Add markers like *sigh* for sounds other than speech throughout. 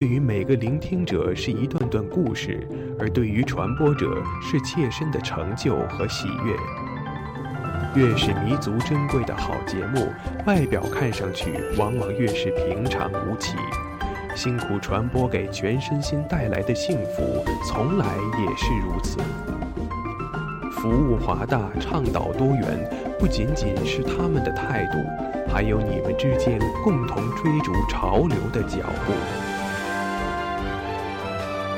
对于每个聆听者是一段段故事，而对于传播者是切身的成就和喜悦。越是弥足珍贵的好节目，外表看上去往往越是平常无奇。辛苦传播给全身心带来的幸福，从来也是如此。服务华大，倡导多元，不仅仅是他们的态度，还有你们之间共同追逐潮流的脚步。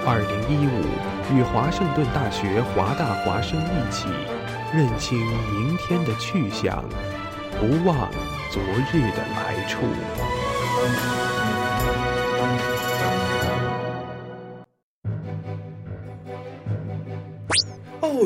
二零一五，与华盛顿大学华大华生一起，认清明天的去向，不忘昨日的来处。哦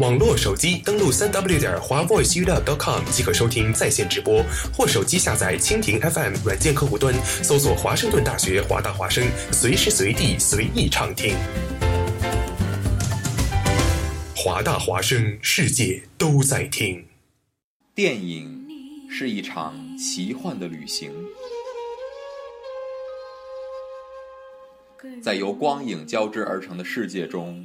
网络手机登录三 w 点华 voice u p .com 即可收听在线直播，或手机下载蜻蜓 FM 软件客户端，搜索华盛顿大学华大华声，随时随地随意畅听。华大华声，世界都在听。电影是一场奇幻的旅行，在由光影交织而成的世界中。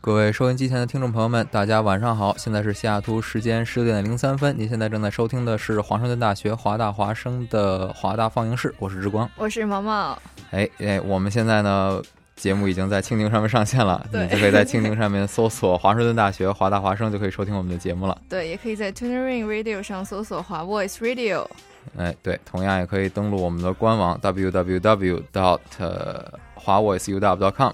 各位收音机前的听众朋友们，大家晚上好！现在是西雅图时间十点零三分，您现在正在收听的是华盛顿大学华大华生的华大放映室，我是之光，我是毛毛。哎哎，我们现在呢，节目已经在蜻蜓上面上线了，你就可以在蜻蜓上面搜索华盛顿大学华大华生，就可以收听我们的节目了。对，也可以在 TuneIn Radio 上搜索华 Voice *laughs* Radio。哎，对，同样也可以登录我们的官 *laughs* 网 www. dot uh, 华 voice u w dot com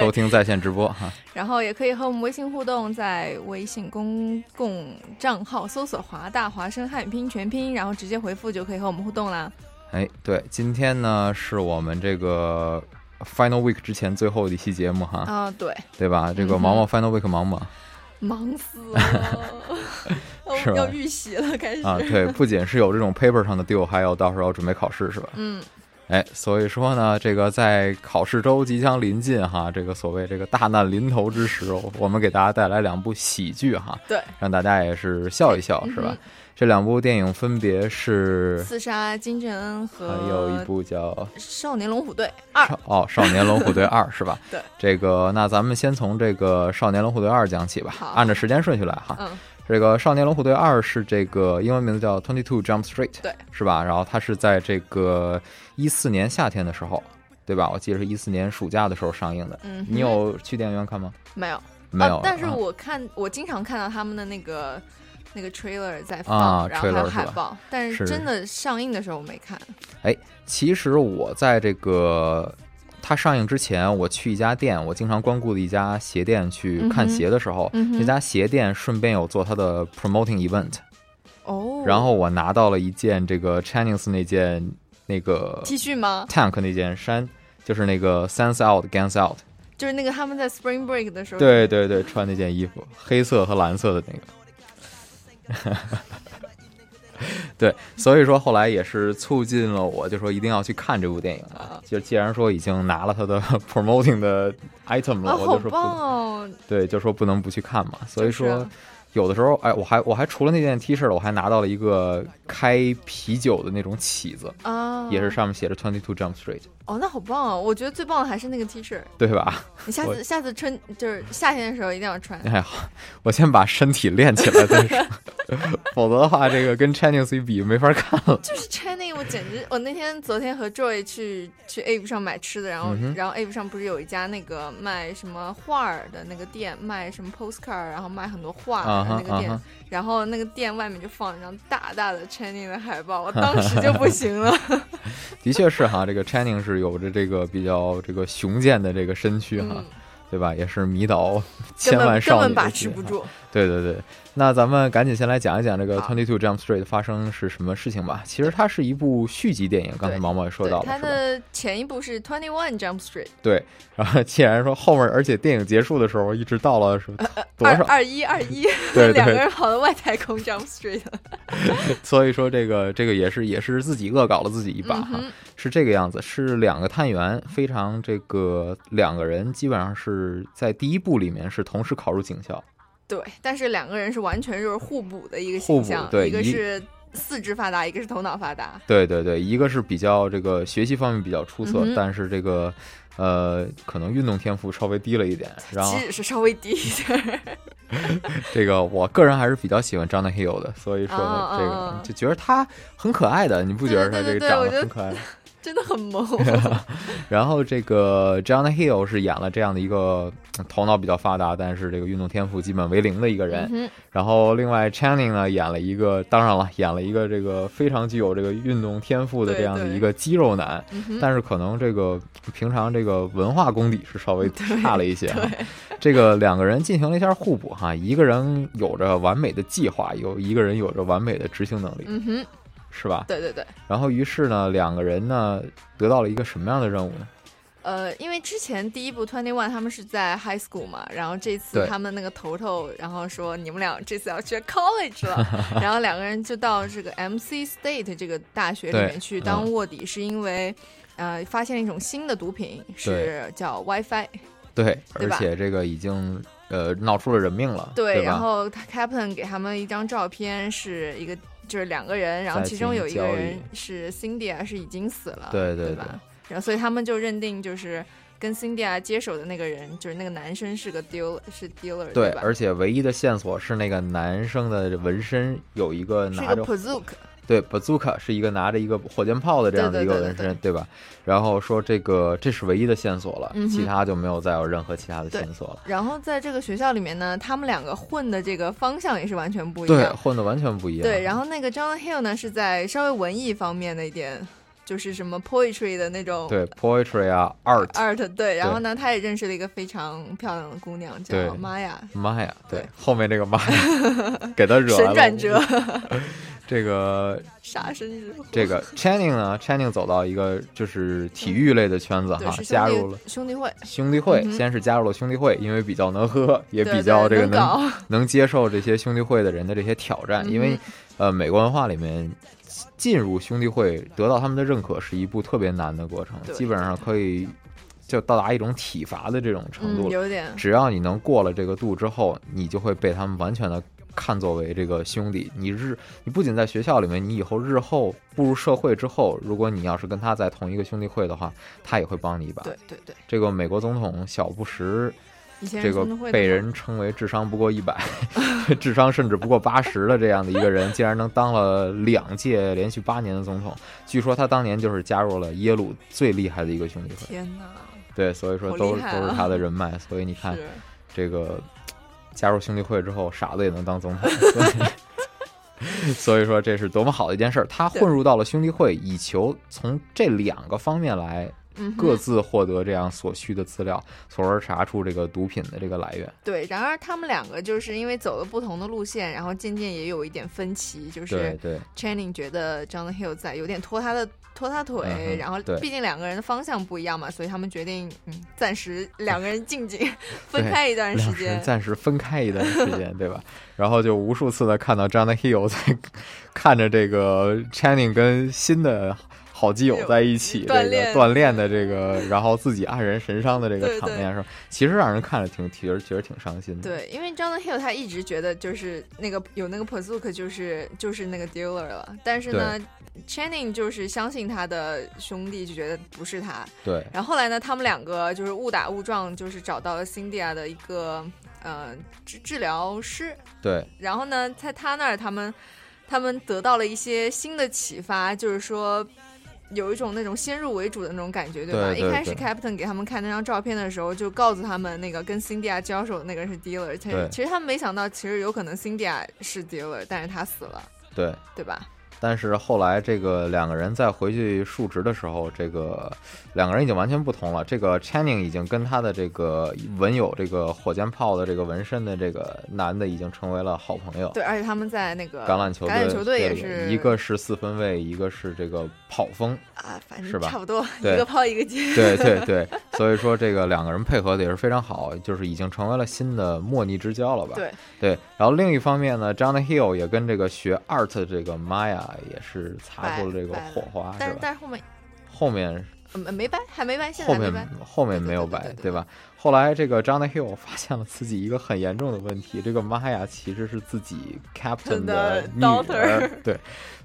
收听在线直播哈。然后也可以和我们微信互动，在微信公共账号搜索“华大华生汉语拼音全拼”，然后直接回复就可以和我们互动啦。哎，对，今天呢是我们这个 Final Week 之前最后的一期节目哈。啊、哦，对，对吧？这个毛毛 Final Week 忙不忙？忙死 *laughs* 了，是要预习了，开始 *laughs* 啊！对，不仅是有这种 paper 上的 due，还有到时候要准备考试，是吧？嗯，哎，所以说呢，这个在考试周即将临近哈，这个所谓这个大难临头之时，我们给大家带来两部喜剧哈，对，让大家也是笑一笑，是吧？嗯、这两部电影分别是《刺杀金正恩》和还有一部叫《少年龙虎队二》哦，《少年龙虎队二》是吧？ *laughs* 对，这个那咱们先从这个《少年龙虎队二》讲起吧，按照时间顺序来哈。嗯这个《少年龙虎队二》是这个英文名字叫 Twenty Two Jump Street，对，是吧？然后它是在这个一四年夏天的时候，对吧？我记得是一四年暑假的时候上映的。嗯，你有去电影院看吗？没有，哦没有。啊、但是我看，我经常看到他们的那个那个 trailer 在放，啊、然后还有海报，是但是真的上映的时候我没看。哎，其实我在这个。它上映之前，我去一家店，我经常光顾的一家鞋店去看鞋的时候，嗯嗯、那家鞋店顺便有做它的 promoting event，哦，然后我拿到了一件这个 Chinese 那件那个 T 恤吗？Tank 那件衫，就是那个 Sans Out Gans Out，就是那个他们在 Spring Break 的时候，对对对，穿那件衣服，黑色和蓝色的那个。 *laughs* 对，所以说后来也是促进了我，就说一定要去看这部电影啊。就既然说已经拿了他的 *laughs* promoting 的 item 了，啊、我就说不，哦、对，就说不能不去看嘛。所以说，就是啊、有的时候，哎，我还我还除了那件 T 恤，我还拿到了一个开啤酒的那种起子，啊，也是上面写着 Twenty Two Jump Street，哦，那好棒哦！我觉得最棒的还是那个 T 恤，对吧？ *laughs* 你下次下次春就是夏天的时候一定要穿。哎呀，我先把身体练起来再说， *laughs* 否则的话，这个跟 Chinese 一比没法看了。就是 Chinese，我简直，我那天昨天和 Joy 去去 Ape 上买吃的，然嗯后、然后 Ape 上不是有一家那个卖什么画儿的那个店，卖什么 postcard，然后卖很多画啊儿哈的那个店啊哈然后那个店外面就放一张大大的 Chinese 的海报，我当时就不行了，的确是哈，这个 Channing 是有着这个比较这个雄健的这个身躯哈，嗯对吧？也是迷倒根 *laughs* 千万本根少女本的把心啊持不哈。住。对对对，那咱们赶紧先来讲一讲这个《好 Twenty Two Jump Street》发生是什么事情吧。其实它是一部续集电影，刚才毛毛也说对到，了，它是吧？的前一部是 Twenty One Jump Street，对， *laughs* 然后既然说后面，而且电影结束的时候一直到了是 *laughs* 多 *laughs* 二少？二一二一，对对两个人跑到外太空 Jump Street 了。所以说这个这个也是也是自己恶搞了自己一把嗯哈，是这个样子，是两个探员非常这个两个人基本上是在第一部里面是同时考入警校，对，但是两个人是完全就是互补的一个互形补象，对一个一是四肢发达，一个是头脑发达。对对对，一个是比较这个学习方面比较出色，嗯哼但是这个呃可能运动天赋稍微低了一点，然后其实也是稍微低一点儿， *laughs* 这个我个人还是比较喜欢张大 hill 的，所以说哦呢这哦哦个就觉得他很可爱的，你不觉得他这对对对个对长我得觉得很可爱吗？真的很 *laughs* 萌。然后这个 John Hill 是演了这样的一个嗯头脑比较发达，但是这个运动天赋基本为零的一个人。嗯哼然后另外 Channing 呢演了一个，当然了，演了一个这个非常具有这个运动天赋的对这样的对嗯一个肌肉男，但是可能这个平常这个文化功底是稍微差了一 *laughs* 些哈。这个两个人进行了一下互补哈，一个人有着完美的计划，有一个人有着完美的执行能力，嗯哼，是吧？对对对。然后于是呢，两个人呢得到了一个什么样的任务呢？呃，因为之前第一部 Twenty One 他们是在 High School 嘛，然后这次对他们那个头头，然后说你们俩这次要去 *laughs* College 了，然后两个人就到这个 MC State 这个大学里对面去嗯当卧底，是因为呃发现了一种新的毒品，是叫 WiFi。对，对而吧且这个已经呃闹出了人命了，对，对吧？然后他 Captain 给他们一张照片，是一个就是两个人，然后在其中进有行一个交易人是 Cindy 啊，是已经死了，对对对吧？然后所以他们就认定就是跟 Cindy 啊接手的那个人，就是那个男生是个 dealer，是 dealer，对，吧？而且唯一的线索是那个男生的纹身有一个是一拿个着 Pazook，对 bazooka 是一个拿着一个火箭炮的这样的一个对对对纹身，对吧？然后说这个这是唯一的线索了，嗯哼其他就没有再有任何其他的对线索了。然后在这个学校里面呢，他们两个混的这个方向也是完全不一对，样。混的完全不一样。对，然后那个 John Hill 呢是在稍微文艺方面的一点，就是什么 poetry 的那种对 poetry 啊，art， art 对，然后呢，他也认识了一个非常漂亮的姑娘，对叫玛雅，妈呀，对对，后面这个妈呀， *laughs* 给他惹来神了转折， *laughs* 这个杀身之祸。这个 Channing 呢，Channing 走到一个就是体育类的圈子对哈是，加兄入了弟兄弟会，兄弟会嗯，哼先是加入了兄弟会，因为比较能喝，也对比较这对个能搞嗯能 *laughs* 能接受这些兄弟会的人的这些挑战，因为呃，美国文化里面。进入兄弟会，得到他们的认可，是一步特别难的过程，对基本上可以就到达一种体罚的这种程嗯，度了。有点只要你能过了这个度之后，你就会被他们完全的看作为这个兄弟。你日，你不仅在学校里面，你以后日后步入社会之后，如果你要是跟他在同一个兄弟会的话，他也会帮你一把。对对对，这个美国总统小布什，以前这个兄弟会被人称为智商不过一百， *laughs* 智商甚至不过八十的这样的一个人，竟然能当了两届连续八年的总统。据说他当年就是加入了耶鲁最厉害的一个兄弟会，天哪，对，所以说好都厉是害啊都是他的人脉。所以你看，是这个加入兄弟会之后，傻子也能当总统。 *laughs* 所以所以说这是多么好的一件事儿！他混入到了兄弟会，以求从这两个方面来嗯哼各自获得这样所需的资料，从而查出这个毒品的这个来源。对。然而他们两个就是因为走了不同的路线，然后渐渐也有一点分歧，就对是对 Channing 觉得 John Hill 在有点拖他的拖他腿，嗯哼然后对毕竟两个人的方向不一样嘛，所以他们决定嗯，暂时两个人静静 *laughs* 分对开一段时两人间。暂时分开一段时间，对吧？然后就无 *laughs* 数次的看到 John Hill 在看着这个 Channing 跟新的好基友在一起这锻个炼锻炼的这个，然后自己黯然神伤的这个对场对面是吧？其实让人看着挺觉得觉得挺伤心的。对，因为 Jonah Hill 他一直觉得就是那个有那个 Pazuk 就是就是那个 dealer 了，但是呢，Channing 就是相信他的兄弟，就觉得不是他。对然后后来呢，他们两个就是误打误撞，就是找到了 Cindy 的一个呃治治疗师，对然后呢，在他那儿他们他们得到了一些新的启发，就是说。有一种那种先入为主的那种感觉，对吧？对对一开始对 Captain 给他们看那张照片的时候，就告诉他们那个跟 Cindy 啊交手的那个是 Dealer，其对实其实他们没想到，其实有可能 Cindy 啊是 Dealer，但是他死了，对，对吧？但是后来这个两个人再回去述职的时候，这个两个人已经完全不同了。这个 Channing 已经跟他的这个纹有这个火箭炮的这个纹身的这个男的已经成为了好朋友。对，而且他们在那个哦橄榄球队，呃橄榄球队也对是一个是四分卫，一个是这个跑锋， *laughs* 啊，反是正吧差不多，一对个抛一个接， *laughs* 对对对，所以说这个两个人配合的也是非常好，就是已经成为了新的莫逆之交了吧？对对然后另一方面呢，John Hill 也跟这个学 art 的这个 Maya 也是擦出了这个掰掰了火花，但是吧？是但是后面后面呃没掰，还没掰，现在后还没掰面。后面没有对对对白对，对对吧？后来这个 John Hill 发现了自己一个很严重的问题，这个 Maya 其实是自己 Captain 的女儿 daughter，对，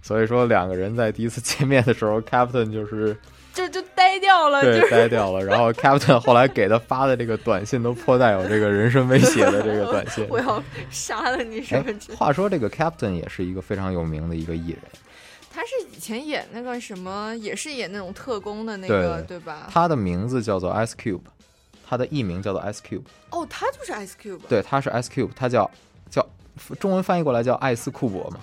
所以说两个人在第一次见面的时候，Captain 就是就就呆掉了，啊就对，是。呆掉了。然后 Captain 后来给他发的这个短信都颇带有这个人身威胁的这个短信 *laughs* 我要杀了你什哎么之类的。话说这个 Captain 也是一个非常有名的一个艺人，哎他是以前演那个什么，也是演那种特工的那个，对对吧？他的名字叫做 Ice Cube，他的艺名叫做 Ice Cube，哦，他就是 Ice Cube。，对，他是 Ice Cube，他叫叫中文翻译过来叫艾斯库伯嘛。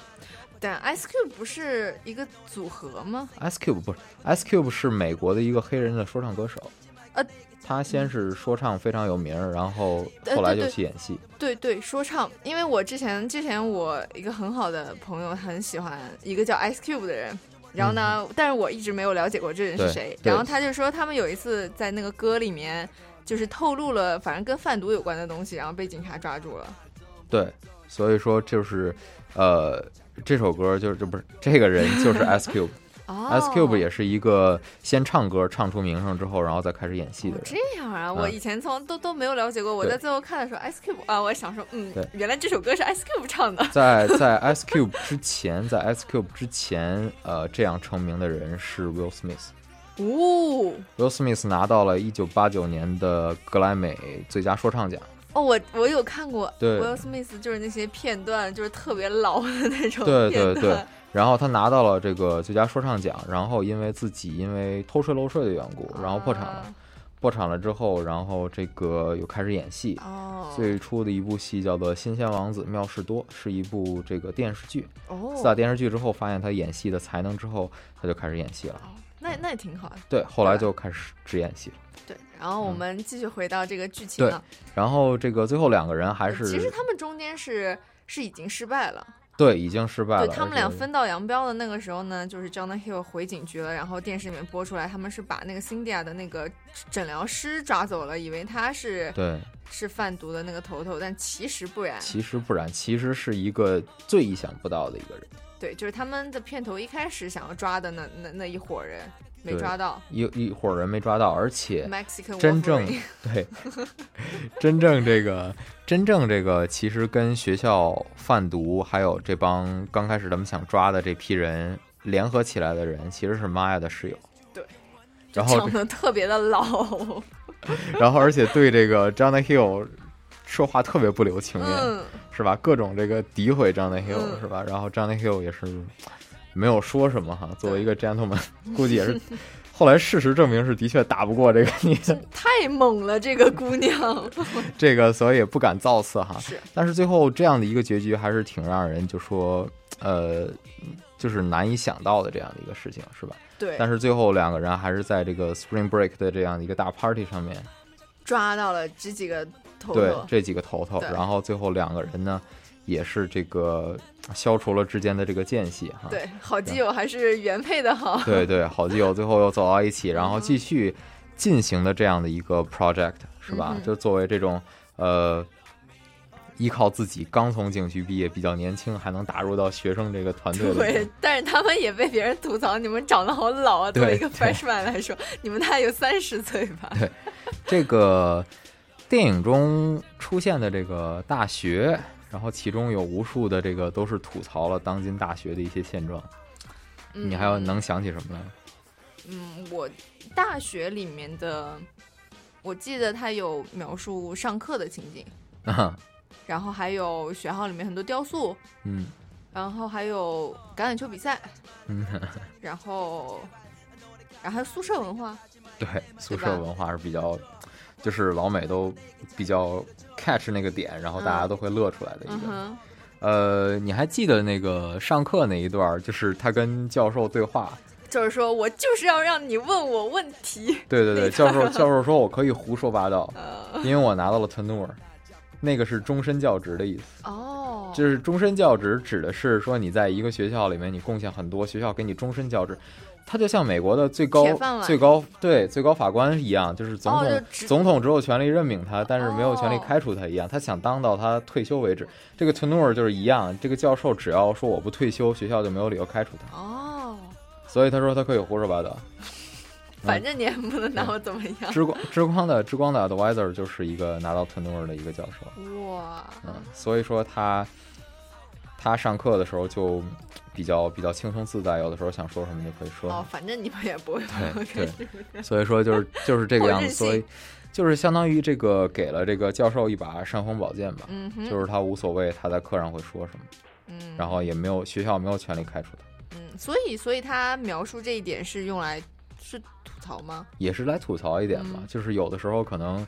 但 Ice Cube 不是一个组合吗？ Ice Cube 不是 Ice Cube 是美国的一个黑人的说唱歌手，呃，他先是说唱非常有名儿，然后对后来呃对就对去演戏。对对，说唱。因为我之前之前我一个很好的朋友很喜欢一个叫 Ice Cube 的人。然后呢？但是我一直没有了解过这人是嗯对谁。对然后他就说，他们有一次在那个歌里面，就是透露了反正跟贩毒有关的东西，然后被警察抓住了。对，所以说就是，呃，这首歌就是这不是这个人就是 *laughs* S Cube，S 哦 Cube 也是一个先唱歌唱出名声之后，然后再开始演戏的人。这样啊，我嗯以前从都都没有了解过。我对在最后看的时候，Ice Cube 啊，我想说，嗯对，原来这首歌是 Ice Cube *laughs* 唱的。在在 S Cube 之前，在 S Cube 之前，呃，这样成名的人是 Will Smith。哦， Will Smith 拿到了1989年的格莱美最佳说唱奖。哦，我我有看过对 Will Smith，就是那些片段，就是特别老的那种对片对段。对，然后他拿到了这个最佳说唱奖，然后因为自己因为偷税漏税的缘故，然后破产了啊。破产了之后，然后这个又开始演戏。哦，最初的一部戏叫做《新鲜王子妙事多》，是一部这个电视剧。自打哦，电视剧之后，发现他演戏的才能之后，他就开始演戏了。那那也挺好的。对，后来就开始只演戏了。对，然后嗯我们继续回到这个剧情啊。然后这个最后两个人还其实是他们中间是是已经失败了。对已经失败了。对他们而俩且分道扬镳的那个时候呢，就是 Jonah Hill 回警局了，然后电视里面播出来，他们是把那个 Cindy 的那个诊疗师抓走了，以为他是对，是贩毒的那个头头，但其实不然。其实不然，其实是一个最意想不到的一个人。对，就是他们的片头一开始想要抓的那那那一伙人没对抓到一一伙人没抓到，而且，Mexican 真正 Wolverine 对， *laughs* 真正这 *laughs* 个真正这个其实跟学校贩毒还有这帮刚开始他们想抓的这批人联合起来的人，其实是玛雅的室友。对，然后 *laughs* 长得特别 *laughs* 的老，然后而且对这个 John Hill 说话特别不留情面，嗯，是吧？各种这个诋毁 John Hill、嗯是吧？然后 John Hill 也是没有说什么哈，作为一个 gentleman，估 *laughs* 计也是。后来事实证明是的确打不过这个你太猛了，这个姑娘 *laughs* 这个，所以也不敢造次哈。是但是最后这样的一个结局还是挺让人就说，呃，就是难以想到的这样的一个事情，是吧？对，但是最后两个人还是在这个 Spring Break 的这样的一个大 party 上面，抓到了这几个头对头，这几个头头，对然后最后两个人呢，也是这个消除了之间的这个间隙哈。对，好基友还是原配的 *laughs* 好，对对，好基友最后又走到一起，然后继续嗯进行的这样的一个 project 是吧？嗯哼就作为这种呃依靠自己刚从警局毕业，比较年轻，还能打入到学生这个团队里对，，但是他们也被别人吐槽，你们长得好老啊！作为一对个对 freshman 来说，你们大概有三十岁 *laughs* 吧？这个电影中出现的这个大学，然后其中有无数的这个都是吐槽了当今大学的一些现状。你还要嗯能想起什么来？嗯，我大学里面的，我记得他有描述上课的情景，啊，然后还有学校里面很多雕塑， *laughs* 嗯然后还有橄榄球比赛，嗯， *laughs* 然后，然后还有宿舍文化，对，宿对舍吧文化是比较，就是老美都比较 catch 那个点，然后大家嗯都会乐出来的一个。嗯哼，呃，你还记得那个上课那一段儿，就是他跟教授对话？就是说我就是要让你问我问 *laughs* 题，对对对，那哦教授教授说我可以胡说八 *laughs* 道，因为我拿到了 tenure，那个是终身教职的意思。哦，就是终身教职指的是说你在一个学校里面你贡献很多，学校给你终身教职。它就像美国的最高铁饭碗最高对最高法官一样，就是总统、哦就只总统只有权利任命他，但是没有权利哦开除他一样。他想当到他退休为止。这个 tenure 就是一样，这个教授只要说我不退休，学校就没有理由开除他。哦，所以他说他可以胡说八 *laughs* 道。嗯反正你也不能拿我怎么样，之光之光的之光的 advisor 就是一个拿到 tenure 的一个教授。哇，嗯，所以说他他上课的时候就比较比较轻松自在，有的时候想说什么就可以说。哎哦，反正你们也不会帮我对 *laughs* 开始对，所以说就是就是 *laughs* 这个样子，好任性所以就是相当于这个给了这个教授一把尚方宝剑吧，嗯哼，就是他无所谓他在课上会说什么，嗯，然后也没有学校没有权利开除他，嗯，所以所以他描述这一点是用来是吐槽吗？也是来吐槽一点吧，嗯就是有的时候可能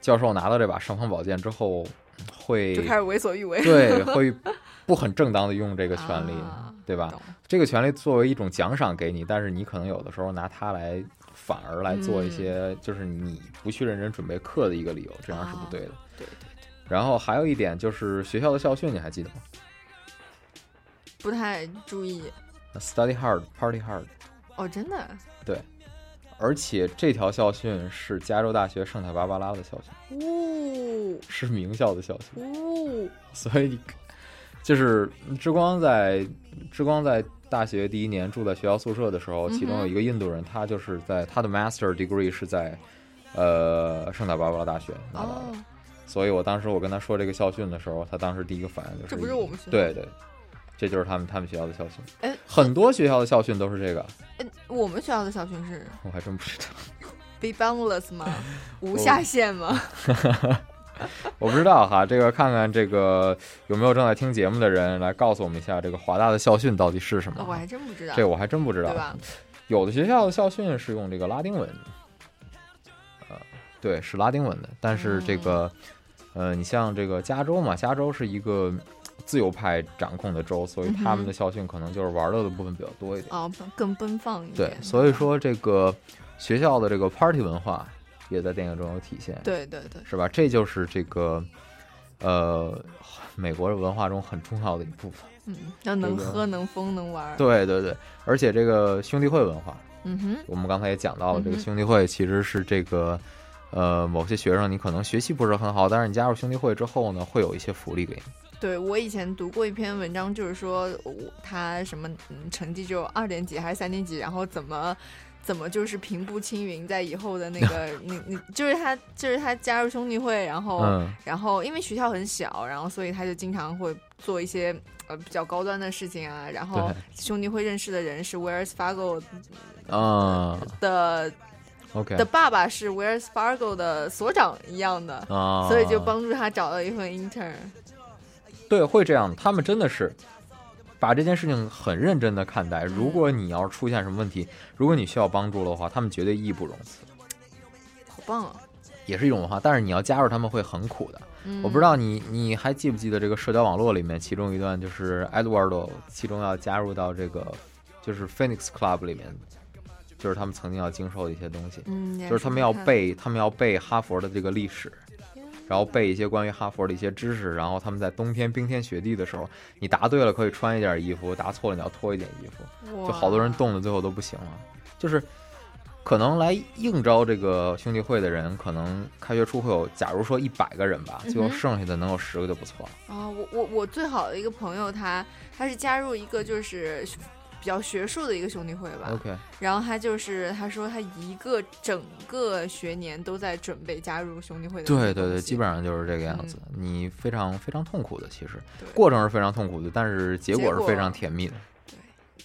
教授拿到这把尚方宝剑之后会就开始为所欲 *laughs* 为，对会不很正当的用这个权利，啊对吧？懂这个权利作为一种奖赏给你，但是你可能有的时候拿它来反而来做一嗯些，就是你不去认真准备课的一个理由，这样是不对的。啊对对然后还有一点就是学校的校训，你还记得吗不太注意？Study hard, party hard。哦，真的而且这条校训是加州大学圣塔芭芭拉的校训，呜是名校的校训，呜，所以你就是之光在之光在大学第一年住在学校宿舍的时候，嗯哼其中有一个印度人，他就是在他的 master degree 是在呃圣塔芭芭拉大学拿到的。哦，所以我当时我跟他说这个校训的时候，他当时第一个反应就是这不是我们学校对对，这就是他们他们学校的校训。哎很多学校的校训都是这个，哎，我们学校的校训是我还真不知道， be *laughs* boundless 吗？无下限吗？我不知道哈。这个看看这个有没有正在听节目的人来告诉我们一下，这个华大的校训到底是什么哦我？还真不知道，这我还真不知对道。吧？有的学校的校训是用这个拉丁文，呃，对，是拉丁文的。但是这哦个，呃，你像这个加州嘛，加州是一个自由派掌控的州，所以他们的校训可能就是玩乐的部分比较多一点。嗯哦，更奔放一对点，，所以说这个学校的这个 party 文化也在电影中有体现，对对对，是吧？这就是这个，呃，美国文化中很重要的一部分。嗯，要能这个喝能疯能玩，，对对对，而且这个兄弟会文化，嗯哼，我们刚才也讲到了，这个嗯哼兄弟会其实是这个，呃，某些学生你可能学习不是很好，但是你加入兄弟会之后呢，会有一些福利给你。对我以前读过一篇文章，就是说我他什么、嗯、成绩只有二年级还是三年级，然后怎么怎么就是平步青云，在以后的那 *laughs* 个你你就是他就是他加入兄弟会，然后、嗯，然后因为学校很小，然后所以他就经常会做一些呃比较高端的事情啊，然后对兄弟会认识的人是 Where's Fargo 啊 *laughs* 的，OK，的爸爸是 Where's Fargo 的所长一样的。啊，所以就帮助他找到一份 intern，对，会这样，他们真的是把这件事情很认真的看待。如果你要是出现什么问题，如果你需要帮助的话，他们绝对义不容辞，好棒啊！也是一种文化。但是你要加入他们会很苦的。嗯我不知道你你还记不记得这个社交网络里面其中一段就是 Eduardo 其中要加入到这个就是 Phoenix Club 里面，就是他们曾经要经受的一些东西，嗯，你还就是他们说要说看背他们要背哈佛的这个历史。然后背一些关于哈佛的一些知识，然后他们在冬天冰天雪地的时候，你答对了可以穿一件衣服，答错了你要脱一件衣服，就好多人哇冻的最后都不行了。就是可能来应招这个兄弟会的人，可能开学初会有，假如说一百个人吧，嗯哼最后剩下的能有十个就不错了。啊、我我我最好的一个朋友他，他是加入一个就是比较学术的一个兄弟会吧， OK，然后他就是他说他一个整个学年都在准备加入兄弟会的那对些东西，对对，基本上就是这个样子。你非常非常痛苦的，其实嗯对过程是非常痛苦的，但是结结果是果非常甜蜜的。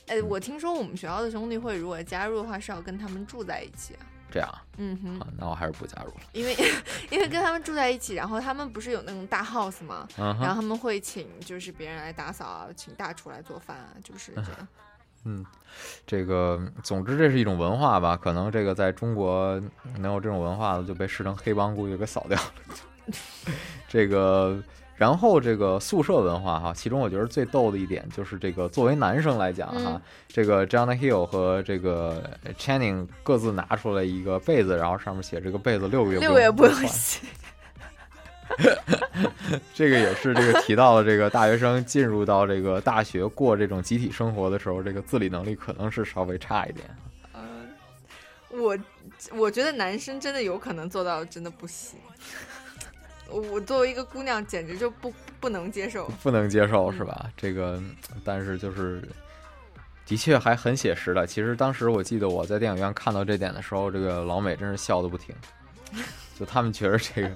哎，我听说我们学校的兄弟会如果加入的话是要跟他们住在一起啊、这样啊，嗯哼，那我还是不加入了。因为 *laughs* 因为跟他们住在一起，然后他们不是有那种大 house 吗？嗯然后哼，他们会请就是别人来打扫啊，请大厨来做饭啊，就是 *laughs* 这样。嗯，这个总之这是一种文化吧，可能这个在中国能有这种文化的就被视成黑帮，估计就给扫掉了。 *laughs* 这个，然后这个宿舍文化哈，其中我觉得最逗的一点就是这个，作为男生来讲哈，嗯这个 Johnny Hill 和这个 Channing 各自拿出来一个被子，然后上面写这个被子六个月六月不不用用换洗，这个也是这个提到了这个大学生进入到这个大学过这种集体生活的时候，这个自理能力可能是稍微差一点。呃，我我觉得男生真的有可能做到真的不行。我我作为一个姑娘，简直就不不能接受。不能接受嗯是吧？这个，但是就是，的确还很写实的。其实当时我记得我在电影院看到这点的时候，这个老美真是笑的不 *laughs* 停。就他们觉得这个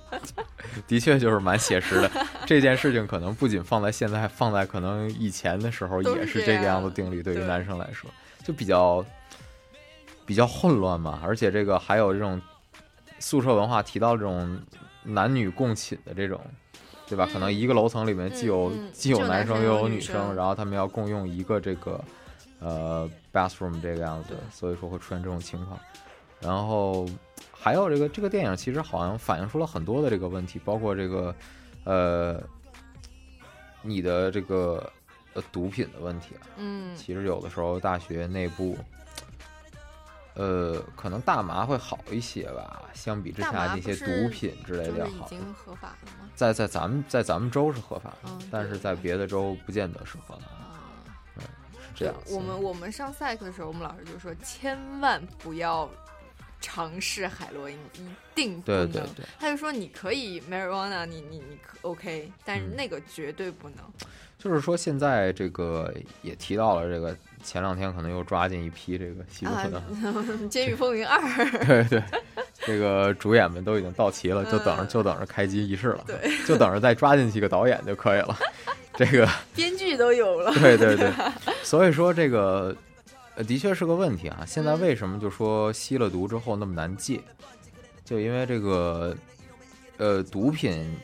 *laughs* 的确就是蛮写实 *laughs* 的。这件事情可能不仅放在现在，放在可能以前的时候都是也是这这个样子样定律。对于对男生来说，就比较比较混乱嘛。而且这个还有这种宿舍文化提到这种男女共寝的这种，对吧？嗯可能一个楼层里面既有、嗯嗯既既有有男男生生又又有有女女生，生然后他们要共用一个这个呃 bathroom 这个样子，所以说会出现这种情况。然后还有这个这个电影其实好像反映出了很多的这个问题，包括这个呃你的这个呃毒品的问题啊，嗯其实有的时候大学内部，呃，可能大麻会好一些吧，相比之大下麻那些不是毒品之类就的要是已好。经合法了吗？在在咱们在咱们州是合法的，嗯但是对在别的州不见得是合法的，啊，是这样子。我们我们上 psych 的时候，我们老师就说，千万不要尝试海洛因，一定不对能。对对，他就说你可以 marijuana，你你你可 OK，但是嗯那个绝对不能。 *laughs* 就是说现在这个也提到了这个，前两天可能又抓进一批这个吸啊毒 *laughs* 的， 《监狱风云二》 *laughs* 对对，这个主演们都已经到齐了，就等着嗯就等着开机仪式了，对就等着再抓进几个导演就可以了。 *laughs* 这个编剧都 *laughs* 有 *laughs* 了，对对对，所以说这个呃的确是个问题啊。现在为什么就说吸了毒之后那么难戒？就因为这个呃毒品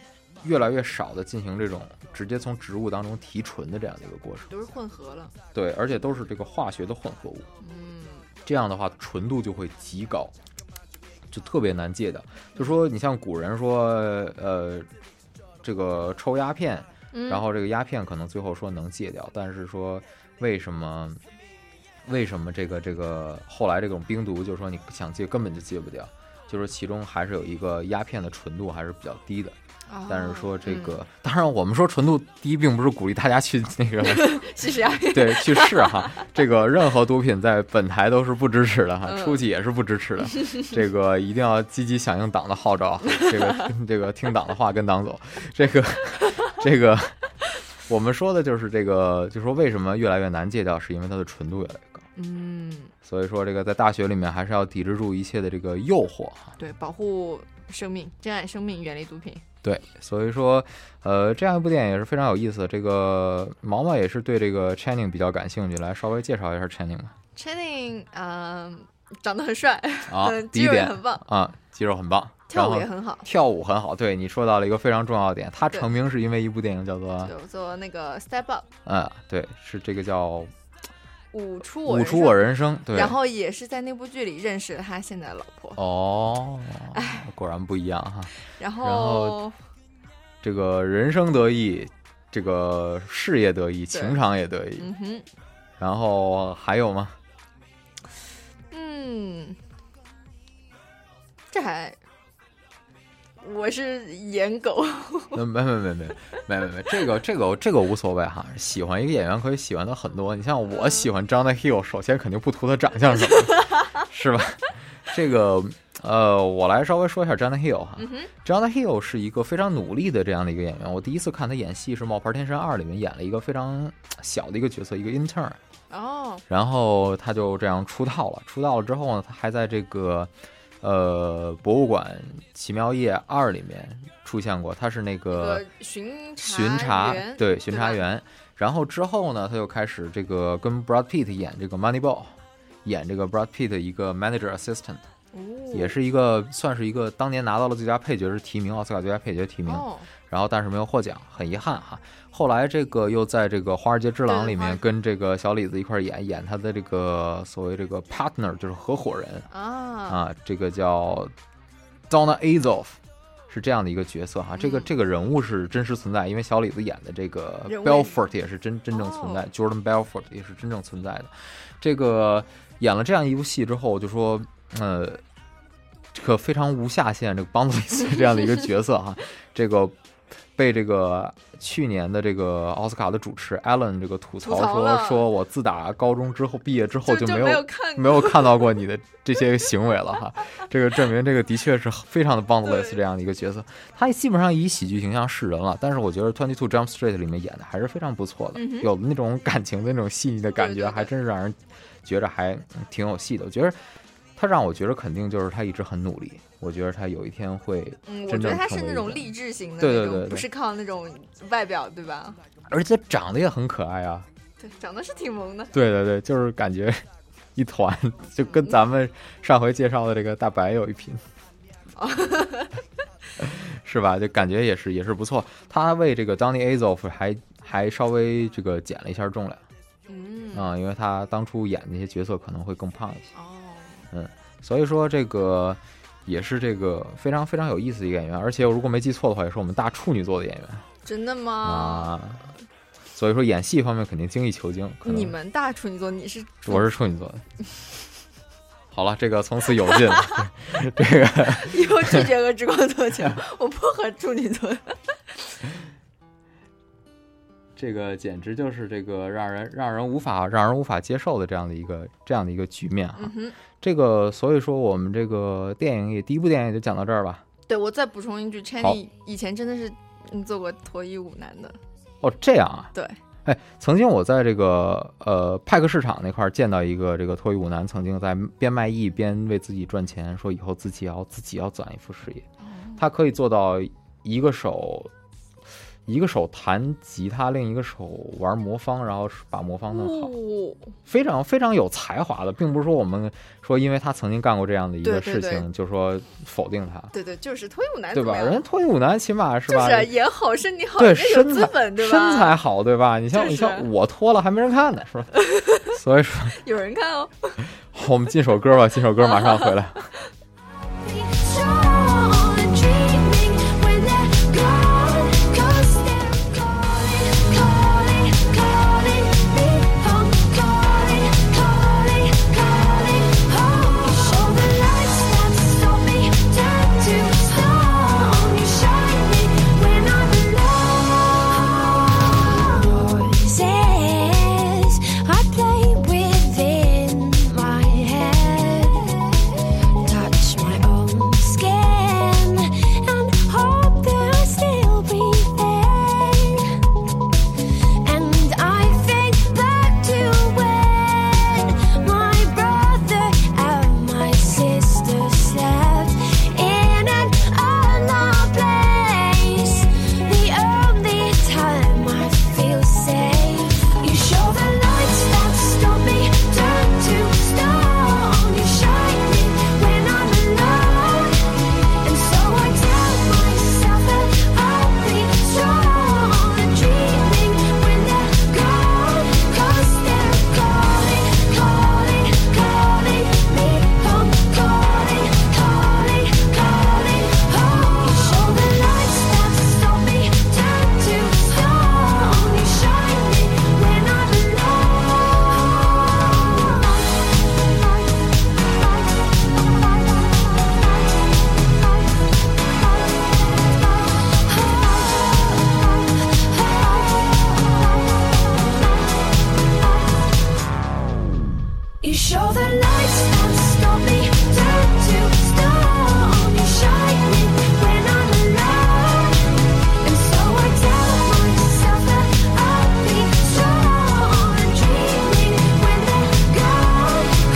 越来越少的进行这种直接从植物当中提纯的这样的一个过程，都是混合了。对，而且都是这个化学的混合物，嗯，这样的话纯度就会极高，就特别难戒掉。就说你像古人说呃这个抽鸦片。嗯然后这个鸦片可能最后说能戒掉，但是说为什么为什么这个这个后来这种冰毒就是说你想戒根本就戒不掉，就是其中还是有一个鸦片的纯度还是比较低的。哦但是说这嗯个，当然我们说纯度低，并不是鼓励大家去那个是谁啊？ *laughs* 对去试哈，这个任何毒品在本台都是不支持的哈，嗯出去也是不支持的，这个一定要积极响应党的号召，这个这个听党的话跟党走，这个这个我们说的就是这个，就说为什么越来越难戒掉，是因为它的纯度越来越高，嗯，所以说这个在大学里面还是要抵制住一切的这个诱惑哈。对，保护生命，珍爱生命，远离毒品。对，所以说，呃，这样一部电影也是非常有意思的。这个毛毛也是对这个 Channing 比较感兴趣，来稍微介绍一下 Channing 吧。 Channing，嗯、长得很帅， *laughs* 啊嗯，第肌一肉也点很棒，啊，肌肉很棒，跳舞也然后很好。跳舞很好。对你说到了一个非常重要的点，他对成名是因为一部电影叫做有做那个 Step Up 嗯，对，是这个叫《舞出我舞人出生我人生》对，然后也是在那部剧里认识了他现在的老婆， *laughs* 哦，哎果然不一样哈。然后然后这个人生得意，这个事业得意，情场也得意，嗯哼，然后还有吗？嗯，这还我是颜狗，那 *laughs* 没没没没没没没，这个这个这个无所谓哈。喜欢一个演员可以喜欢他很多，你像我喜欢 John Hill，首先肯定不图他长相什么，是吧？这个呃，我来稍微说一下 Jonah Hill 哈、嗯哼， j o h n Hill 是一个非常努力的这样的一个演员。我第一次看他演戏是《冒牌天山二》里面演了一个非常小的一个角色，一个 intern。哦，然后他就这样出道了。出道了之后呢，他还在这个呃博物馆奇妙夜二里面出现过，他是那个呃，巡查巡查员，对巡查吧，员。然后之后呢，他就开始这个跟 Brad Pitt 演这个 Moneyball，演这个 Brad Pitt 一个 manager assistant，哦也是一个算是一个当年拿到了最佳配角是提名奥斯卡最佳配角提名，哦，然后但是没有获奖，很遗憾哈。后来这个又在这个《华尔街之狼》对里华面尔跟这个小李子一块儿演，演他的这个所谓这个 partner 就是合伙人啊，啊，这个叫 Donna Azoff。是这样的一个角色哈，这个嗯这个人物是真实存在，因为小李子演的这个人物 Belfort 也是真真正存在、哦 j o r d a n Belfort 也是真正存在的。这个演了这样一部戏之后，就说呃，这个非常无下限这个 boundless 这样的一个角色 *laughs* 哈，这个被这个去年的这个奥斯卡的主持 Allen 这个吐槽吐槽说了说我自打高中之后毕业之后就没没有有看没有看到过你的这些行为了哈，这个证明这个的确是非常的 boundless 对这样的一个角色，他基本上以喜剧形象示人了，但是我觉得 Twenty Two Jump Street 里面演的还是非常不错的，嗯哼有那种感情的那种细腻的感对觉，对对还真是让人觉着还挺有戏的。我觉得他让我觉得肯定就是他一直很努力，我觉得他有一天会嗯，我真觉正得他成是为那一种个励志型的对对那种，对对不是靠那种外表，对吧？而且长得也很可爱啊。对，长得是挺萌的，对对对，就是感觉 *laughs* 一团， *laughs* 就跟咱们上回介绍的这个大白有一拼， *laughs* 是吧？就感觉也是也是不错。他为这个 Donny Azoff 还还稍微这个减了一下重量嗯，啊、因为他当初演那些角色可能会更胖一些。哦，所以说这个也是这个非常非常有意思的一个演员，而且我如果没记错的话，也是我们大处女座的演员真的吗？啊。所以说演戏方面肯定精益求精。可能你们大处女座，你是我是处女座的。好了，这个从此有 *laughs* 劲了。这个又拒绝和直光 *laughs* 脱节，我不和处女座。这个简直就是这个让人让人无法让人无法接受的这样的一个这样的一个局面哈。嗯哼，这个所以说我们这个电影也第一部电影就讲到这儿吧。 *laughs* 对我再补充一句，Channing 以前真的是嗯做过脱衣舞男的，哦，这样啊？对。哎，曾经我在这个呃派克市场那块儿见到一个这个脱衣舞男，曾经在边卖艺边为自己赚钱，说以后自己要自己要攒一副事业。哦他可以做到一个手一个手弹吉他，另一个手玩魔方，然后把魔方弄好，哦，非常非常有才华的，并不是说我们说因为他曾经干过这样的一个对对事情对就说否定他，对对，就是脱衣舞男对怎吧么？人家样？脱衣舞男起码是就吧？是演好，身体 *laughs* 好，对人家有身资材本，对吧？身材好，对吧？你像就你是像我脱了还没人看呢， *laughs* 是吧？所以说，有人看哦。我们进首歌吧，进首歌马上回 *laughs* 来。 I play within my head. Touch Oh,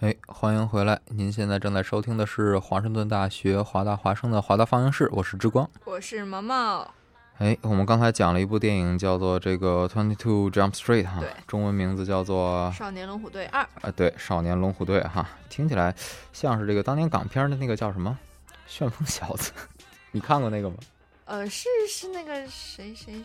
哎，欢迎回来！您现在正在收听的是华盛顿大学华大华生的华大放映室，我是之光。我是毛毛，哎，我们刚才讲了一部电影，叫做这个《Twenty Two Jump Street》哈对，中文名字叫做《少年龙虎队二》啊，对，《少年龙虎队》哈，听起来像是这个当年港片的那个叫什么《旋风小子》，你看过那个吗？呃，是是那个谁谁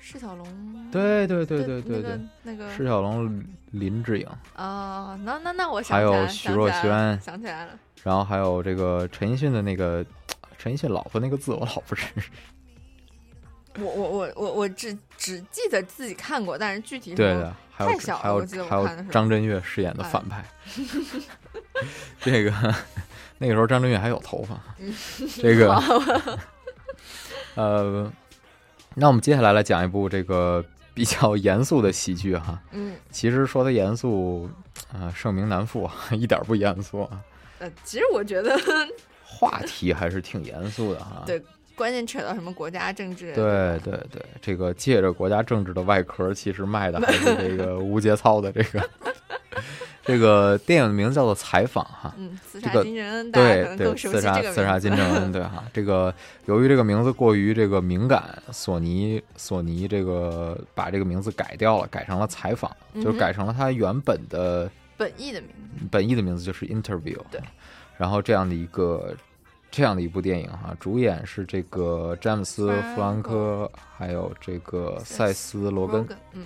释小龙，对对对对对对对，那个那释个小龙、林志颖，啊，那那那我想还起有来了，徐想起若来了瑄想起来了，然后还有这个陈奕迅的那个陈奕迅老婆那个字，我老不认识。我我我我我只只记得自己看过，但是具体对什么的，还有嗯哦太小了还我记得有我还有看的时候嗯张震岳饰演的反派，这个那个时候张震岳还有头发，嗯这个呃，那我们接下来来讲一部这个比较严肃的喜剧哈。嗯其实说它严肃，啊、盛名难副，一点儿不严肃啊， *laughs* 呃，其实我觉得话题还是挺严肃的哈。对关键扯到什么国家政治，啊对对对，这个借着国家政治的外壳，其实卖的还是这个无节操的这个 *laughs* 这个电影的名字叫做《采访》哈。嗯，刺这杀个金正恩，大家可对能对，更熟刺悉杀这个刺杀名金字正恩，对哈，这个由于这个名字过于这个敏感，索尼索尼这个把这个名字改掉了，改成了采访，就嗯哼改成了它原本的本意的名字，本意的名字就是 Interview。对，然后这样的一个这样的一部电影哈、主演是这个詹姆斯·弗兰科，还有这个塞斯·罗根 Rogan，嗯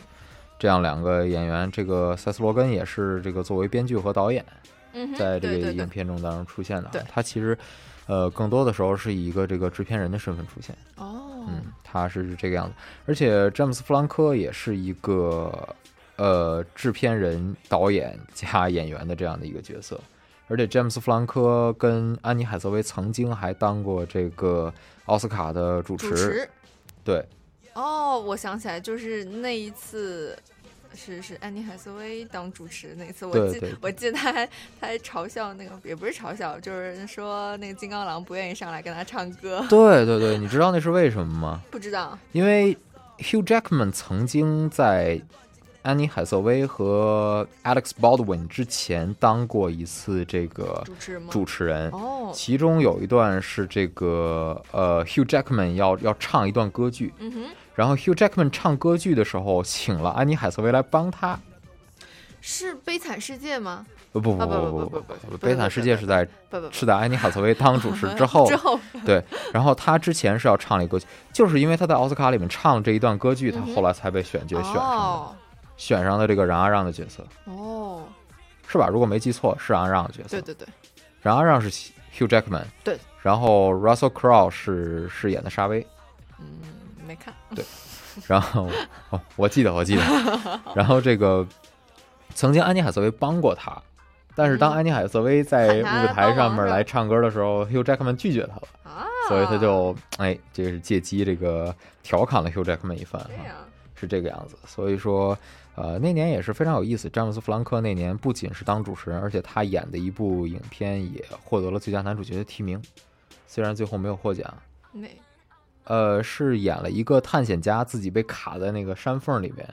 这样两个演员。这个塞斯·罗根也是这个作为编剧和导演，嗯哼，在这对个对对影片中当中出现的啊。对他其实呃更多的时候是以一个这个制片人的身份出现。哦，嗯，他是这个样子。而且詹姆斯·弗兰科也是一个呃制片人、导演加演员的这样的一个角色。而且詹姆斯·弗兰科跟安妮·海瑟薇曾经还当过这个奥斯卡的主持，主持对哦，我想起来，就是那一次，是是安妮海瑟薇当主持那一次，我对记对我记得她还她还嘲笑那个，也不是嘲笑，就是说那个金刚狼不愿意上来跟她唱歌，对对对，你知道那是为什么吗？不知道因为 Hugh Jackman 曾经在安妮·海瑟薇和 Alex Baldwin 之前当过一次这个主持吗？主持人，哦，其中有一段是这个呃，Hugh Jackman 要要唱一段歌剧，嗯哼，然后 Hugh Jackman 唱歌剧的时候，请了安妮海瑟薇来帮他。是《悲惨世界》吗？呃不不啊不不不不不不，不悲惨世界是在不不不，是在安妮海瑟薇当主持之后 *laughs* 之，后对，然后他之前是要唱了一个歌剧，就是因为他在奥斯卡里面唱了这一段歌剧，他嗯哼后来才被选角选上的，哦选上的这个冉阿让的角色哦，是吧？如果没记错，是冉阿让的角色对，对对，冉阿让是 Hugh Jackman，对，然后 Russell Crowe 是饰演的沙威。嗯，没看，然后哦，我记得，我记得。然后这个曾经安妮海瑟薇帮过他，但是当嗯安妮海瑟薇在喊她舞台帮忙上面是吧来唱歌的时候，Hugh Jackman 拒绝他了，啊，所以他就哎，这个是借机这个调侃了 Hugh Jackman 一番这哈，样，是这个样子。所以说，呃，那年也是非常有意思。詹姆斯·弗兰克那年不仅是当主持人，而且他演的一部影片也获得了最佳男主角的提名，虽然最后没有获奖。那呃，是演了一个探险家自己被卡在那个山缝里面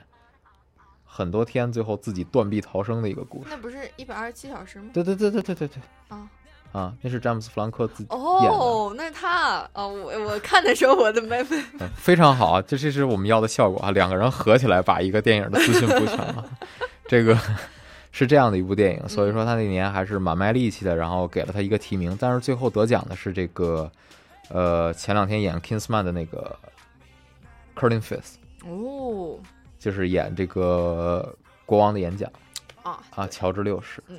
很多天，最后自己断臂逃生的一个故事。那不是一百二十七小时吗？对对对对对对对啊。啊，那是詹姆斯·弗兰克自己演的，哦，那是他哦，我我看的时候我的 *laughs* 没没嗯非常好啊，这这是我们要的效果啊！两个人合起来把一个电影的资讯补全了， *laughs* 这个是这样的一部电影，所以说他那年还是蛮卖力气的，然后给了他一个提名，但是最后得奖的是这个，呃，前两天演 Kingsman 的那个 Curtin Fist，哦就是演这个国王的演讲啊，啊，乔治六世，嗯，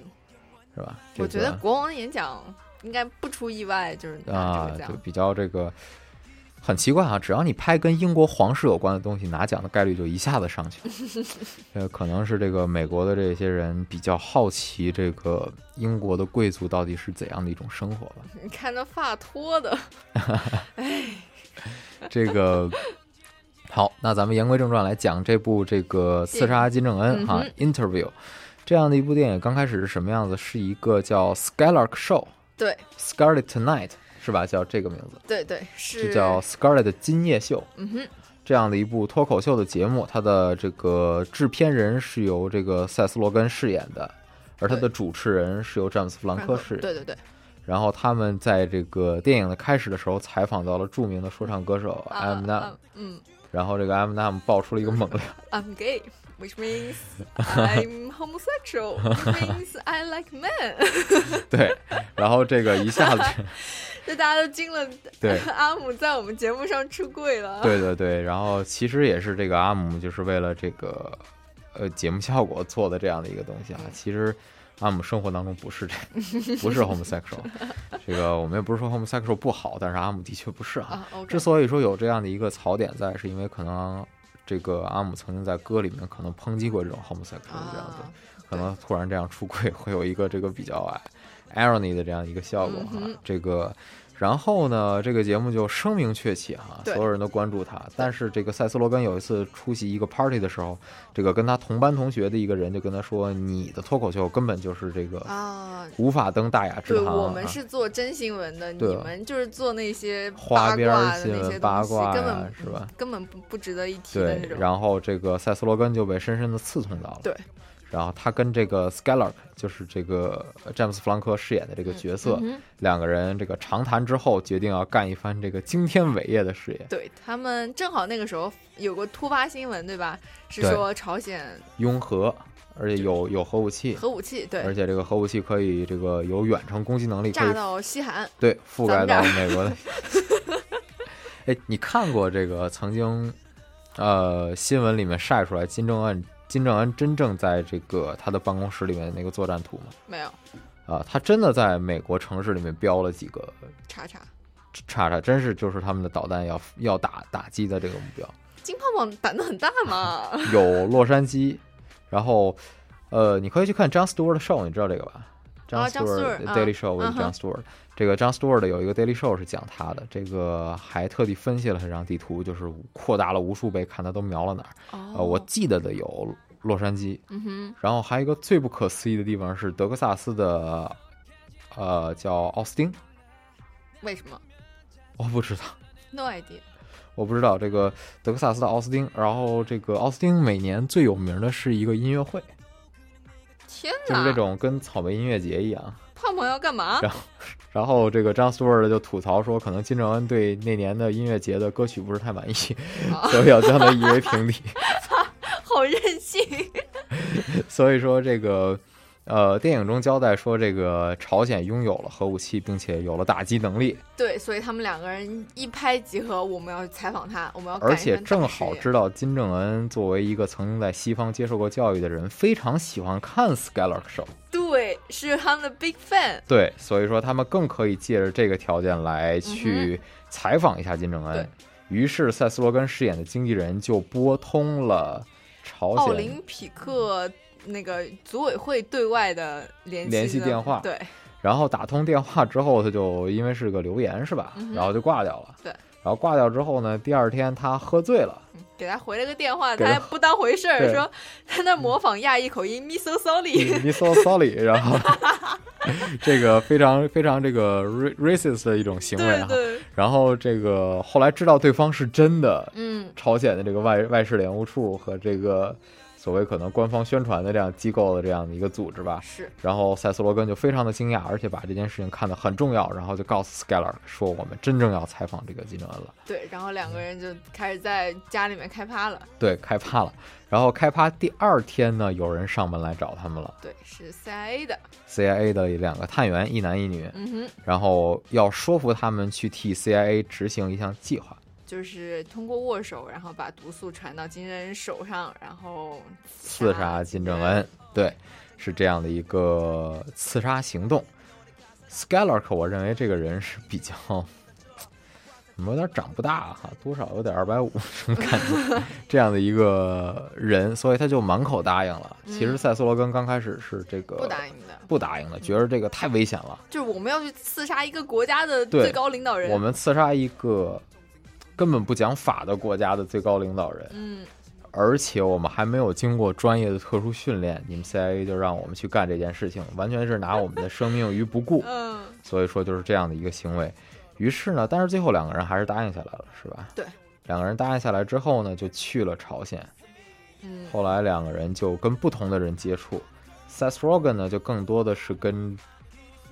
是吧？我这觉个得国王的演讲应该不出意外，就是拿啊这个，就奖。比较这个很奇怪啊，只要你拍跟英国皇室有关的东西，拿奖的概率就一下子上 *laughs* 去了。呃，可能是这个美国的这些人比较好奇这个英国的贵族到底是怎样的一种生活吧。你看那发脱的，这个 *laughs* 好，那咱们言归正传，来讲这部这个《刺杀金正恩》哈、Interview 这样的一部电影，刚开始是什么样子？是一个叫 Skylark Show 对 Scarlet Tonight 是吧？叫这个名字，对对，就是叫 Scarlet 今夜秀。嗯哼，这样的一部脱口秀的节目，它的这个制片人是由这个塞斯·罗根饰演的，而它的对主持人是由詹姆斯·弗兰然克后饰演。对对对，然后他们在这个电影的开始的时候采访到了著名的说唱歌手啊 M n a m 啊嗯然后这个 M n a m 爆出了一个猛料， ，I'm gay。Which means *laughs* I'm homosexual. Which means I like men. *laughs* 对，然后这个一下子，这大家都惊了。对阿姆在我们节目上出柜 *laughs* 了。对对对，然后其实也是这个阿姆就是为了这个呃节目效果做的这样的一个东西嗯啊，其实。阿姆生活当中不是 *laughs* 这，不是 homosexual，这个我们也不是说 homosexual 不好，但是阿姆的确不是啊。啊，OK，之所以说有这样的一个槽点在，是因为可能这个阿姆曾经在歌里面可能抨击过这种 homosexual 这样的，啊可能突然这样出柜会有一个这个比较啊 irony 的这样一个效果哈、嗯哼这个。然后呢，这个节目就声名鹊起哈，对所有人都关注他。但是这个塞斯·罗根有一次出席一个 party 的时候，这个跟他同班同学的一个人就跟他说：“你的脱口秀根本就是这个啊，无法登大雅之对，堂啊。我们是做真新闻的，对你们就是做那些花八边卦儿的新那闻些八东西，卦根呀本是吧？根本不不值得一提的对那，种。然后这个塞斯罗根就被深深的刺痛到了。对，然后他跟这个 Skylark，就是这个呃詹姆斯·弗兰克饰演的这个角色，嗯哼两个人这个长谈之后，决定要干一番这个惊天伟业的事业，对他们正好那个时候有个突发新闻，对吧？是对说朝鲜拥核，而且有有核武器，核武器而对且这个核武器可以这个有远程攻击能力，可炸以到西韩，对覆盖到咱们这儿美国的。 *laughs* 哎，你看过这个曾经呃新闻里面晒出来金正恩金正恩真正在这个他的办公室里面那个作战图吗？没有啊，他真的在美国城市里面标了几个查查。叉叉，真是就是他们的导弹要要打打击的这个目标，金胖胖胆子很大 *laughs* 嘛，有洛杉矶，然后呃，你可以去看 John Stewart 的 show，你知道这个吧？John Jon Stewart， Stewart 啊 Daily Show 嗯 with 哼 John Stewart，这个 John Stewart 有一个 Daily Show 是讲他的，这个还特地分析了这张地图，就是扩大了无数倍，看他都瞄了哪儿。呃，我记得的有洛杉矶，哦嗯哼，然后还有一个最不可思议的地方是德克萨斯的，呃，叫奥斯汀。为什么我不知道， ？No idea。我不知道这个德克萨斯的奥斯汀。然后这个奥斯汀每年最有名的是一个音乐会，天就是哪！这种跟草莓音乐节一样。胖胖要干嘛然？后，然后这个张 Stewart 就吐槽说，可能金正恩对那年的音乐节的歌曲不是太满意， *laughs* 所以要将他夷为平地。 *laughs* 好任性。 *laughs* 所以说这个。呃，电影中交代说，这个朝鲜拥有了核武器，并且有了打击能力，对，所以他们两个人一拍即合，我们要采访他，我们要干而一且番大正事好业知道金正恩作为一个曾经在西方接受过教育的人，非常喜欢看 Skylark Show。对，是他们的 big fan。对，所以说他们更可以借着这个条件来去采访一下金正恩。嗯对于是塞斯罗根饰演的经纪人就拨通了朝奥鲜林，匹克那个组委会对外的联系联系的电话对，然后打通电话之后，他就因为是个留言是吧，嗯哼然后就挂掉了。对然后挂掉之后呢，第二天他喝醉 *laughs* 了，给他回了个电话，给他嗯他还不当回事儿，对说他那模仿亚裔口音，me so sorry。你 so sorry，然 *laughs* 后这个非常非常这个 ra- racist 的一种行为对啊。对，然后这个后来知道对方是真的嗯，朝鲜的这个外外事联务处和这个所谓可能官方宣传的这样机构的这样的一个组织吧。是然后塞斯罗根就非常的惊讶，而且把这件事情看得很重要，然后就告诉 Skyler 说我们真正要采访这个金正恩了。对。然后两个人就开始在家里面开趴了。对，开趴了。然后开趴第二天呢，有人上门来找他们了对，是 CIA 的。 ，CIA 的两个探员，一男一女，嗯哼，然后要说服他们去替 CIA 执行一项计划，就是通过握手，然后把毒素传到金正恩手上，然后刺杀金正恩。对，是这样的一个刺杀行动。Skylark，我认为这个人是比较，怎么有点长不大哈，多少有点二百五什么感 *laughs* 觉这样的一个人，所以他就满口答应了。其实塞斯罗根刚开始是这个嗯不答应的。不答应的，觉得这个太危险了。就是我们要去刺杀一个国家的对最高领导人。我们刺杀一个根本不讲法的国家的最高领导人，嗯，，而且我们还没有经过专业的特殊训练，你们 CIA 就让我们去干这件事情，完全是拿我们的生命于不顾嗯，所以说就是这样的一个行为。于是呢，但是最后两个人还是答应下来了，是吧？对。两个人答应下来之后呢，就去了朝鲜。嗯后来两个人就跟不同的人接触 Seth Rogen 呢，就更多的是跟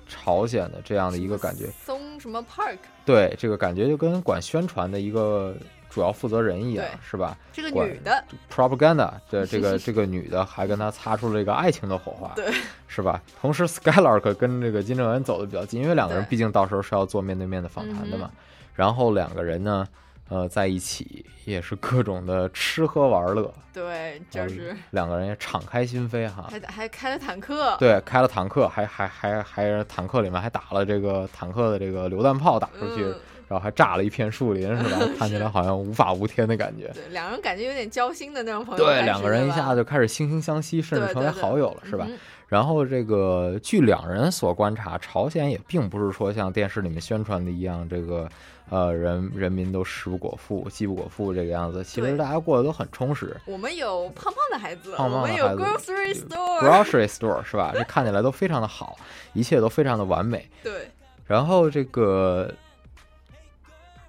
朝鲜的这样的一个感觉，松什么 Park 对这个感觉就跟管宣传的一个主要负责人一样对，是吧这个管女的， ？Propaganda *laughs* 的这个这个女的还跟他擦出了一个爱情的火花，对，是吧？同时 Skylark 跟这个金正恩走的比较近，因为两个人对嗯毕竟到时候是要做面对面的访谈的嘛。然后两个人呢，呃，在一起也是各种的吃喝玩乐，对，然就后是两个人也敞开心扉哈。还还开了坦克，对，开了坦克，还还还还坦克里面还打了这个坦克的这个榴弹炮打出去，嗯然后还炸了一片树林，是吧？ *laughs* 看起来好像无法无天的感觉。对，两人感觉有点交心的那种朋友开对，始，两个人一对吧下就开始惺惺相惜，甚至对成为对对好友了，是吧？嗯然后这个据两人所观察，朝鲜也并不是说像电视里面宣传的一样，这个呃人人民都食不果腹、饥不果腹这个样子。其实对大家过得都很充实。我们有胖胖的孩子，胖我胖的们有孩子 grocery store， grocery store 是吧？这看起来都非常的好，一切都非常的完美。对，然后这个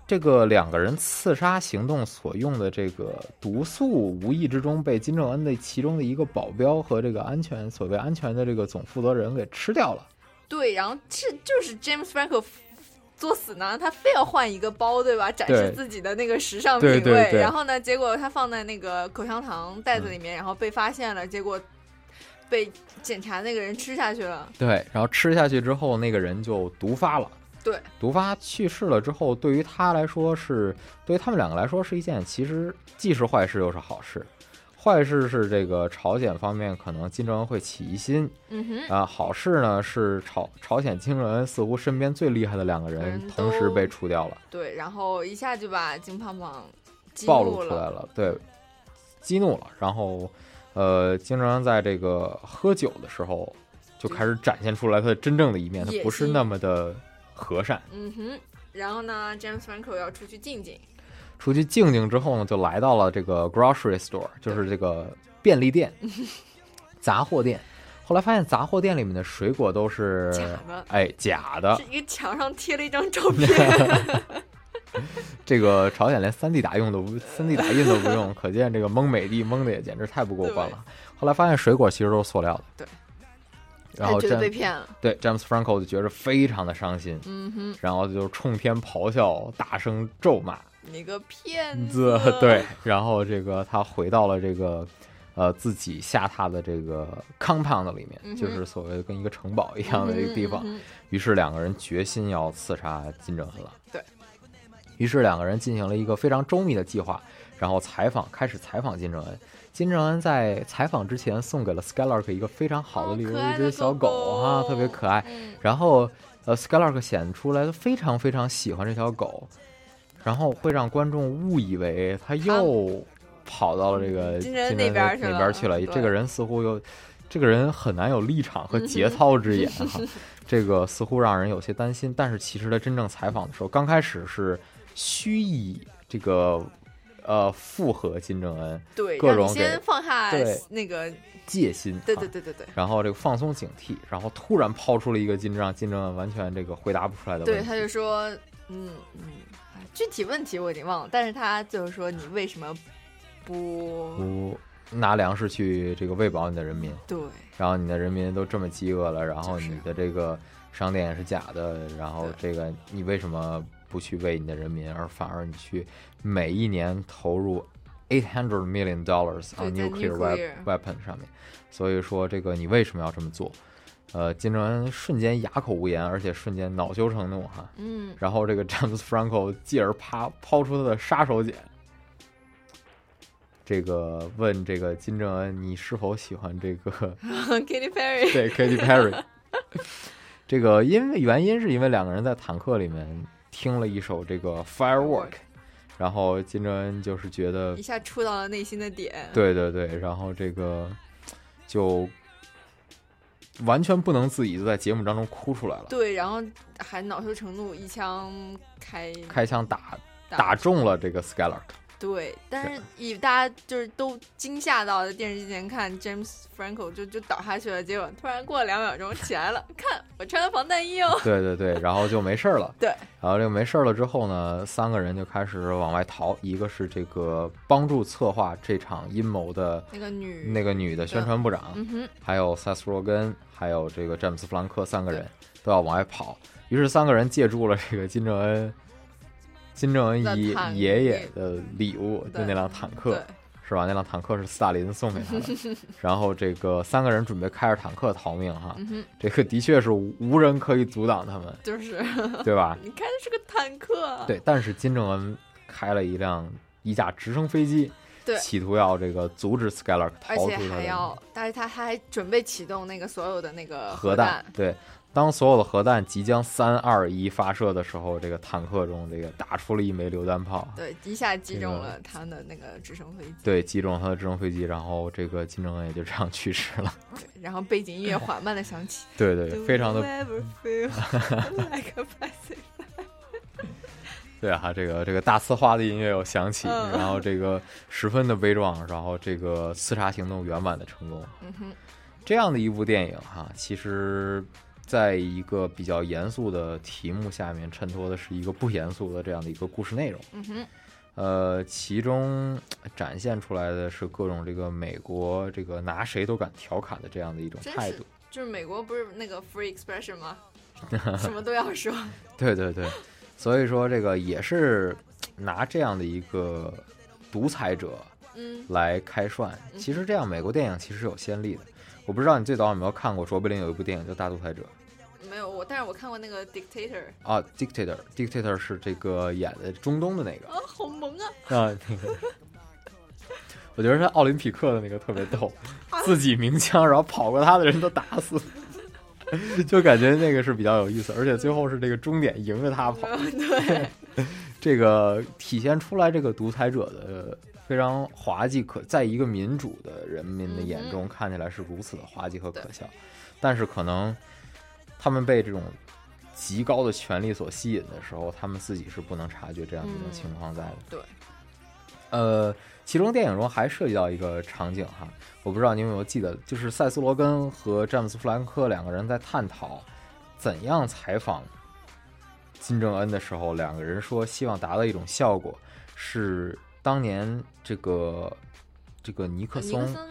这个两个人刺杀行动所用的这个毒素，无意之中被金正恩的其中的一个保镖和这个安全所谓安全的这个总负责人给吃掉了。对，然后是就是 James Franco 作死呢，他非要换一个包，对吧？展示对自己的那个时尚品对味。对对嗯然后呢，结果他放在那个口香糖袋子里面，然后被发现了，结果被检查那个人吃下去了。对，然后吃下去之后，那个人就毒发了。对，毒发去世了之后，对于他来说是，对于他们两个来说是一件其实既是坏事又是好事。坏事是这个朝鲜方面可能金正恩会起疑心嗯哼，啊，好事呢是朝朝鲜金正恩似乎身边最厉害的两个两个人人同时都被除掉了，对，然后一下就把金胖胖激暴怒露出来了。了，对，激怒了。然后，呃，金正恩在这个喝酒的时候就开始展现出来他的真正的一面，他野不是心那么的和善。嗯哼，然后呢，James Franco 要出去静静。出去静静之后呢，就来到了这个 grocery store，就是这个便利店、 *laughs* 杂货店。后来发现杂货店里面的水果都是假的哎，假的这。一个墙上贴了一张照 *laughs* 片，这个朝鲜连三 D 打印都不三 D 打印都不 *laughs* 用，可见这个蒙美帝蒙的也简直太不过关了。后来发现水果其实都是塑料的，对。然后觉得詹哎被骗了。对詹姆斯· Franco 就觉得非常的伤心，嗯哼，然后就冲天咆哮，大声咒骂。你个骗子，*laughs* 子对，然后这个他回到了这个呃自己下榻的这个 compound 里面，嗯哼就是所谓的跟一个城堡一样的一个地方。嗯哼于是两个人决心要刺杀金正恩了。对于是两个人进行了一个非常周密的计划，然后采访开始采访金正恩。金正恩在采访之前送给了 Skylark 一个非常好的礼物，哦可爱一的只小狗狗啊，狗特别可爱。嗯然后呃，Skylark 显出来非常非常喜欢这条狗，然后会让观众误以为他又跑到了这个嗯金人那那边儿去那了边儿去了。对这个人似乎又，这个人很难有立场和节操之言嗯哈， *laughs* 这个似乎让人有些担心。但是其实他真正采访的时候，刚开始是虚以这个。呃，附和金正恩对，各让种你给先放下对那个，戒心，对啊对对对对，然后这个放松警惕，然后突然抛出了一个金正金正恩完全这个回答不出来的问对，题。他就说，嗯嗯，哎具体问题我已经忘了，但是他就是说你为什么不不拿粮食去这个喂饱你的人民，对 *laughs* 然后你的人民都这么饥饿了，然后就是你的这个商店也是假的，然后这个你为什么不去为你的人民，而反而你去每一年投入 eight hundred million dollars 对 on 在 nuclear nuclear wep- weapon 上面？所以说这个你为什么要这么做？呃，金正恩瞬间哑口无言，而且瞬间恼羞成怒哈。嗯，然后这个 *laughs* 詹姆斯·弗兰 o 继而啪抛出他的杀手锏，这个问这个金正恩你是否喜欢这个 Katy Perry，对 Katy Perry？这个因为原因是因为两个人在坦克里面听了一首这个 Firework，然后金正恩就是觉得一下触到了内心的点，对对对，然后这个就完全不能自已，就在节目当中哭出来了，对，然后还恼羞成怒，一枪开开枪打打打中了这个 Skylark。对，但是以大家就是都惊吓到的电视机前看 James Franco 就就倒下去了，结果突然过了两秒钟起来了，看我穿了防弹衣 *laughs* 哦。对对对，然后就没事儿了。对，然后这个没事儿了之后呢，三个人就开始往外逃，一个是这个帮助策划这场阴谋的那个女那个女的宣传部长，嗯哼，还有塞斯·罗根，还有这个詹姆斯·弗兰克三个人都要往外跑。于是三个人借助了这个金正恩，金正恩的爷坦爷爷的礼物，就对那辆坦克对，是吧？那辆坦克是斯大林送给他 *laughs* 的。然后这个三个人准备开着坦克逃命哈，嗯哼这个的确是无无人可以阻挡他们，就是 *laughs* 对吧？你看是个坦克啊，对，但是金正恩开了一辆一架直升飞机，对企图要这个阻止 Skyler 逃而出且他还的要，但是他他还准备启动那个所有的那个核弹弹。，对，当所有的核弹即将三二一发射的时候，这个坦克中这个打出了一枚榴弹炮，对，一下击这中个了他的那个直升飞机，对，击中了他的直升飞机，然后这个金正恩也就这样 *laughs* 去世了。对然后背景音乐缓慢的响起，对 *laughs* 对，非常 Do 的 you ever *laughs* feel *laughs* like a passing 对啊，这个这个大呲花的音乐又响起，嗯然后这个十分的悲壮，然后这个刺杀行动圆满的成功。嗯哼，这样的一部电影哈，其实在一个比较严肃的题目下面衬托的是一个不严肃的这样的一个故事内容。嗯哼，呃，其中呃展现出来的是各种这个美国这个拿谁都敢调侃的这样的一种真态是度。就是美国不是那个 free expression *laughs* 吗？什么都要说，对对对，所以说这个也是拿这样的一个独裁者嗯，来开涮。其实这样，美国电影其实是有先例的。我不知道你最早有没有看过卓别林有一部电影叫《大独裁者》。没有我，但是我看过那个 dictator，啊，Dictator，Dictator 是这个演的中东的那个啊，好萌啊！ *laughs* 啊，那个，我觉得他奥林匹克的那个特别逗，自己鸣枪，然后跑过他的人都打死， *laughs* 就感觉那个是比较有意思，而且最后是这个终点迎着他跑，对，这个体现出来这个独裁者的非常滑稽可，在一个民主的人民的眼中看起来是如此的滑稽和可笑，但是可能他们被这种极高的权力所吸引的时候，他们自己是不能察觉这样的一种嗯情况在的。对，呃，其中电影中还涉及到一个场景哈，我不知道你有没有记得，就是塞斯·罗根和詹姆斯·弗兰克两个人在探讨怎样采访金正恩的时候，两个人说希望达到一种效果是当年这个这个尼克尼克松松，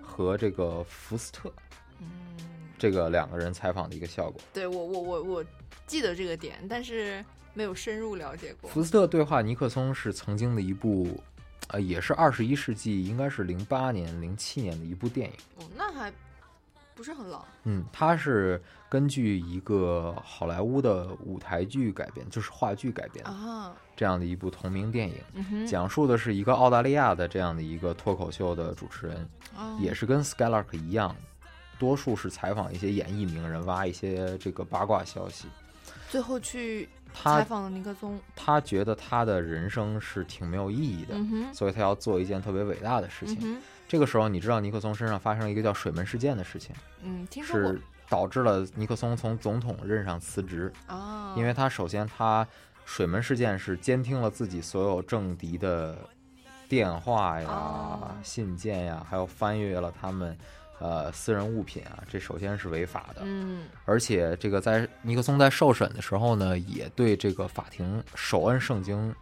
和这个福斯特嗯，这个两个人采访的一个效果。对我我我我记得这个点，但是没有深入了解过。福斯特对话尼克松是曾经的一部，呃，也是二十一世纪，应该是零八年、零七年的一部电影。哦，那还不是很老，嗯，它是根据一个好莱坞的舞台剧改编，就是话剧改编的啊，这样的一部同名电影，嗯哼，讲述的是一个澳大利亚的这样的一个脱口秀的主持人，啊也是跟 Skylark 一样，多数是采访一些演艺名人，挖一些这个八卦消息。最后去采他访了尼克松，他觉得他的人生是挺没有意义的，嗯哼，所以他要做一件特别伟大的事嗯情。哼，这个时候，你知道尼克松身上发生了一个叫水门事件的事情，嗯，听说过是导致了尼克松从总统任上辞职。啊，因为他首先他水门事件是监听了自己所有政敌的电话呀、哦信件呀，还有翻阅了他们呃私人物品啊，这首先是违法的。嗯而且这个在尼克松在受审的时候呢，也对这个法庭手摁圣经，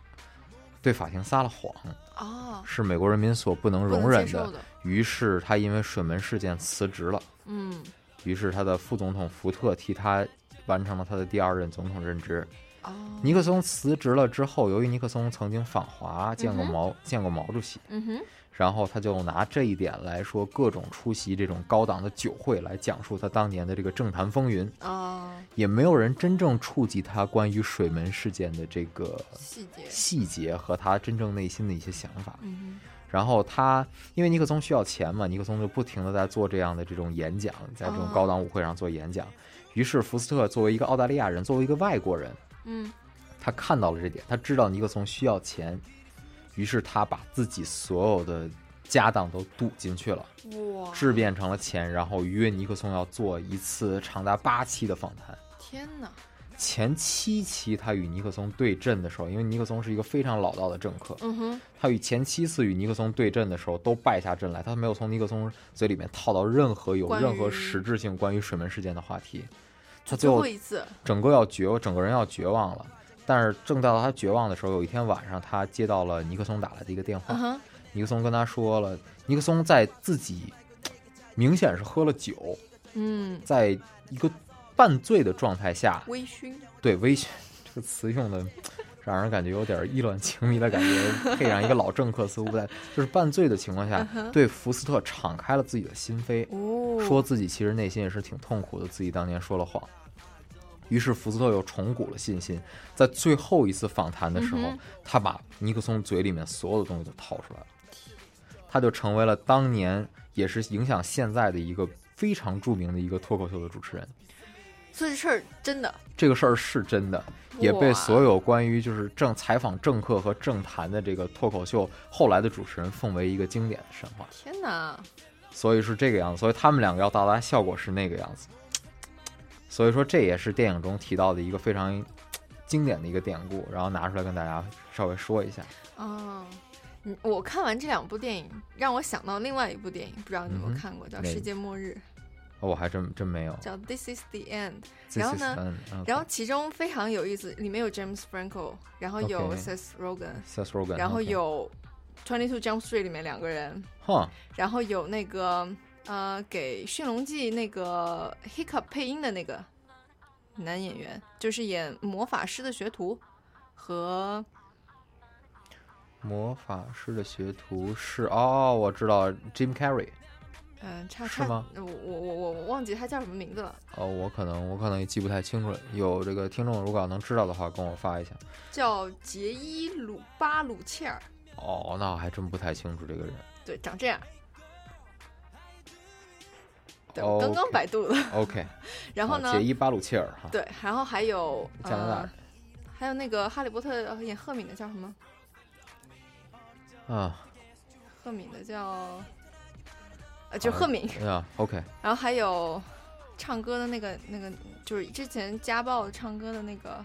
对法庭撒了谎，啊，是美国人民所不能不能容接忍受的。于是他因为水门事件辞职了。嗯于是他的副总统福特替他完成了他的第二任总统任职。啊，尼克松辞职了之后，由于尼克松曾经访华，见过毛、见过毛主席，嗯哼，然后他就拿这一点来说各种出席这种高档的酒会，来讲述他当年的这个政坛风云，啊，也没有人真正触及他关于水门事件的这个细节，细节和他真正内心的一些想法。嗯然后他因为尼克松需要钱嘛，尼克松就不停的在做这样的这种演讲，在这种哦高档舞会上做演讲。于是福斯特作为一个澳大利亚人，作为一个外国人，哼，嗯，他看到了这点，他知道尼克松需要钱，于是他把自己所有的家当都赌进去了，哇，质变成了钱，然后约尼克松要做一次长达八期的访谈。天哪，前七期他与尼克松对阵的时候，因为尼克松是一个非常老道的政客，嗯哼，他与前七次与尼克松对阵的时候都败下阵来，他没有从尼克松嘴里面套到任何有关于任何实质性关于水门事件的话题，他最最后啊后一次，整个要绝望，整个人要绝望了。但是正到他绝望的时候，有一天晚上，他接到了尼克松打来的一个电话嗯，哼，尼克松跟他说了，尼克松在自己明显是喝了酒，嗯，在一个半醉的状态下，微醺，对微醺这个词用的，让人感觉有点意乱情迷的感觉，配上一个老政客似乎不太，就是半醉的情况下，对福斯特敞开了自己的心扉，嗯哦，说自己其实内心也是挺痛苦的，自己当年说了谎。于是福斯特又重鼓了信心，在最后一次访谈的时候，嗯哼他把尼克松嘴里面所有的东西都掏出来了，他就成为了当年也是影响现在的一个非常著名的一个脱口秀的主持人。所以这事儿真的，这个事儿是真的，也被哇所有关于就是政采访政客和政坛的这个脱口秀后来的主持人奉为一个经典的神话，天哪，所以是这个样子，所以他们两个要到达效果是那个样子，所以说这也是电影中提到的一个非常经典的一个典故，然后拿出来跟大家稍微说一下。哦。嗯我看完这两部电影，让我想到另外一部电影，不知道你有没嗯哼有看过，叫哪《世界末日哦我还真真没有》，。叫《This Is the End》。 This 然后 is 呢 fun，嗯然后其中非常有意思，里面有 James Franco，然后有 OK Seth Rogen， Seth Rogen，然后 OK 有 Twenty Two Jump Street 里面两个人，哼然后有那个呃给《驯龙记》那个 Hiccup 配音的那个男演员，就是演魔法师的学徒和魔法师的学徒是哦，我知道 Jim Carrey。嗯、呃、差是差吗我我我我我忘记他叫什么名字了，哦，我可能我可能也记不太清楚了。有这个听众如果要能知道的话，跟我发一下。叫杰伊鲁巴鲁切尔，哦，那我还真不太清楚这个人。对，长这样。对，哦我刚刚 OK 百度了。 OK， *laughs* 然后啊呢？杰伊巴鲁切尔哈，，对，然后还有加拿大呃人，还有那个《哈利波特》呃演赫敏的叫什么？啊，赫敏的叫，呃，就赫敏。哎呀，OK，然后还有唱歌的那个那个，就是之前家暴唱歌的那个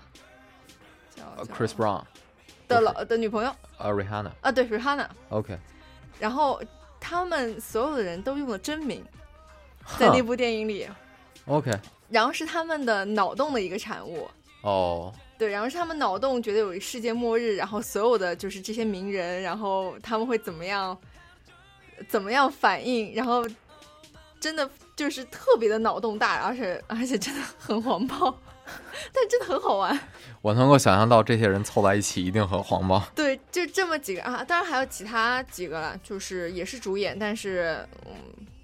叫呃叫，Chris Brown，的老的女朋友呃，Rihanna，OK，、啊，对，Rihanna。 OK 然后他们所有的人都用了真名，在那哼部电影里， ，OK，然后是他们的脑洞的一个产物。哦，对，然后是他们脑洞觉得有一世界末日，然后所有的就是这些名人，然后他们会怎么样，怎么样反应，然后真的就是特别的脑洞大，而且而且真的很黄暴， *laughs* 但真的很好玩。我能够想象到这些人凑在一起一定很黄暴。对，就这么几个啊，当然还有其他几个了，就是也是主演，但是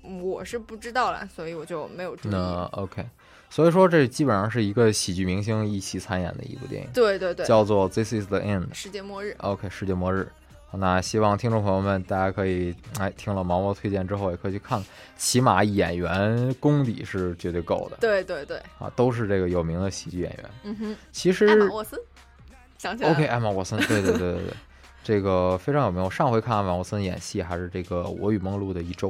嗯，我是不知道了，所以我就没有注意。那 OK，所以说这基本上是一个喜剧明星一起参演的一部电影，对对对，叫做《This Is the End》。世界末日， OK，世界末日。好那希望听众朋友们，大家可以哎听了毛毛推荐之后，也可以去看看，起码演员功底是绝对够的。对对对，啊，都是这个有名的喜剧演员。嗯哼，其实艾玛沃森，想起来了 OK，艾玛沃森，对对对对 *laughs* 对，这个非常有名。我上回看艾玛沃森演戏还是这个《我与梦露的一周》，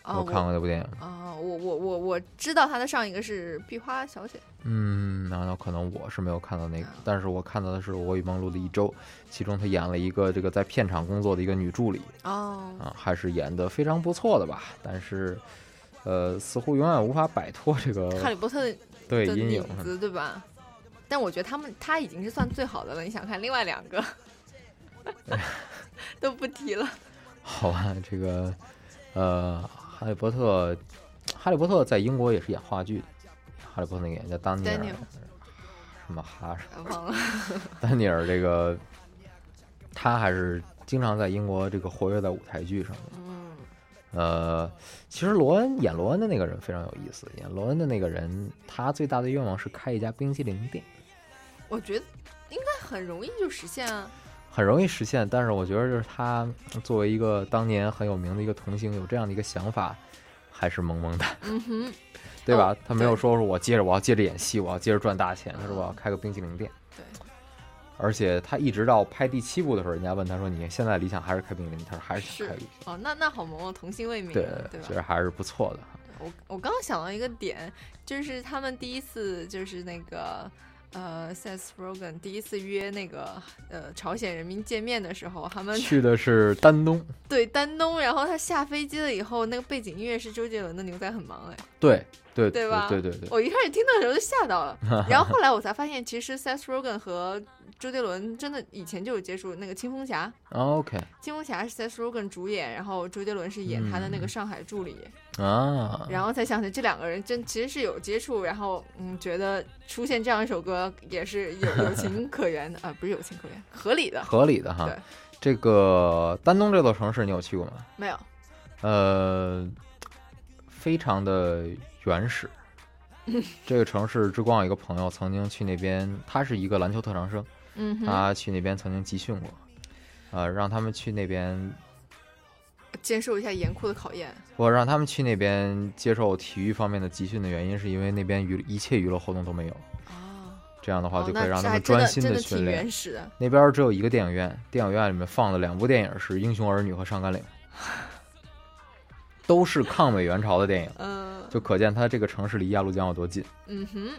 啊，我看过那部电影。哦，我我我我知道他的上一个是《壁花小姐嗯，那那可能我是没有看到那个啊，但是我看到的是《我与梦露的一周》，其中她演了一个这个在片场工作的一个女助理。》哦，啊，还是演得非常不错的吧。但是，呃，似乎永远无法摆脱这个《哈利波特》对的阴影。影子对吧？但我觉得他们他已经是算最好的了。你想看另外两 *laughs* 个都不提了，好吧，这个，呃，哈利波特，哈利波特在英国也是演话剧的。哈利波特那个演员叫丹尼尔 Daniel 什么哈 *laughs* 什么忘了。丹尼尔这个，他还是经常在英国这个活跃在舞台剧上的。嗯，呃，其实罗恩演罗恩的那个人非常有意思，演罗恩的那个人，他最大的愿望是开一家冰淇淋店。我觉得应该很容易就实现啊。很容易实现，但是我觉得就是他嗯作为一个当年很有名的一个童星，有这样的一个想法，还是萌萌的，嗯哼，对吧？哦他没有对嗯说是我接着我要接着演戏，我要接着赚大钱，他说我要开个冰淇淋店。对，而且他一直到拍第七部的时候，人家问他说：“你现在理想还是开冰淇淋？”他说：“还是想开是冰淇淋。哦，那那好萌哦，童心未泯，对”对吧觉？得还是啊不错的。*laughs* 我我刚刚想到一个点，就是他们第一次就是那个呃，Seth Rogen 第一次约那个呃朝鲜人民见面的时候，他们去的是丹 *laughs* 东，对丹东，然后他下飞机了以后，那个背景音乐是周杰伦的《牛仔很忙》哎，对对对吧对对对，我一开始听的时候就吓 *laughs* 到了，然后后来我才发现，其实 Seth Rogen 和周杰伦真的以前就有接触。那个《青蜂侠》， OK 《青蜂侠》是 Seth Rogen 主演，然后周杰伦是演他的那个嗯上海助理，啊，然后才想起这两个人真其实是有接触，然后嗯，觉得出现这样一首歌也是有有情可 *laughs* 原的啊、不是有情可原，合理的。合理的哈对。这个丹东这座城市你有去过吗？没有，呃，非常的原始。 *laughs* 这个城市之光有一个朋友曾经去那边，他是一个篮球特长生，嗯哼，他去那边曾经集训过，呃，让他们去那边，接受一下严酷的考验。我让他们去那边接受体育方面的集训的原因，是因为那边娱一切娱乐活动都没有，哦，这样的话哦就可那以让他这还们真专的心真地的训挺练。原始的。那边只有一个电影院，电影院里面放了两部电影是《英雄儿女》和《上甘 *laughs* 岭》，都是抗美援朝的电影，嗯、就可见它这个城市离鸭绿江有多近。嗯哼，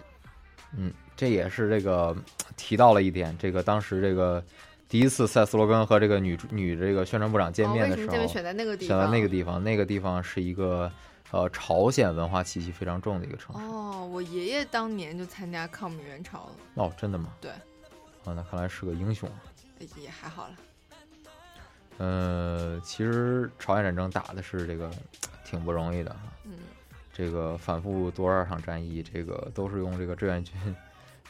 嗯，这也是这个呃提到了一点，这个当时这个第一次塞斯罗根和这个女主女这个宣传部长见哦面为的什时么候，这边选在那个地选方？在那个地方，那个地方是一个呃朝鲜文化气息非常重的一个城市。哦，我爷爷当年就参加抗美援朝了，哦真的吗？对啊，那看来是个英雄啊。哎也还好了。呃，其实朝鲜战争打的是这个挺不容易的啊，嗯，这个反复多少场战役，这个都是用这个志愿军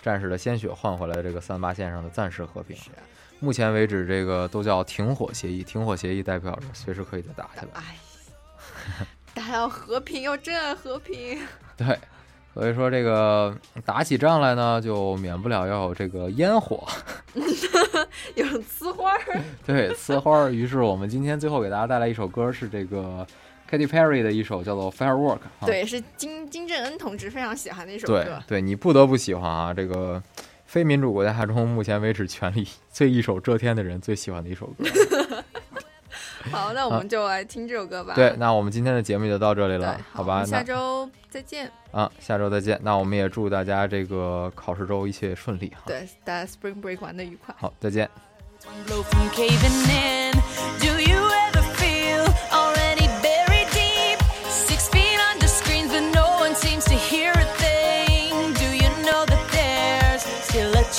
战士的鲜血换回来的这个三八线上的暂时和平。是啊，目前为止，这个都叫停火协议。停火协议代表着随时可以再打起来。哎，大家要和平，要珍爱和平。对，所以说这个打起仗来呢，就免不了要有这个烟火， *laughs* 有呲花儿，对，呲花儿。于是我们今天最后给大家带来一首歌，是这个 Katy Perry 的一首叫做《Firework》啊。对，是金金正恩同志非常喜欢的一首对歌。对，你不得不喜欢啊。这个非民主国家中，目前为止权力最一手遮天的人最喜欢的一首歌。好，那我们就来听这首歌吧。对，那我们今天的节目就到这里对了，好我吧们？那下周再见。啊，下周再见。那我们也祝大家这个考试周一切顺利哈。，对，大家 Spring Break 玩的愉快。好，再见。 One blow from caving in. Do you ever feel already buried deep? Six feet under screens, but no one seems to hear a thing. Do you know that there's still a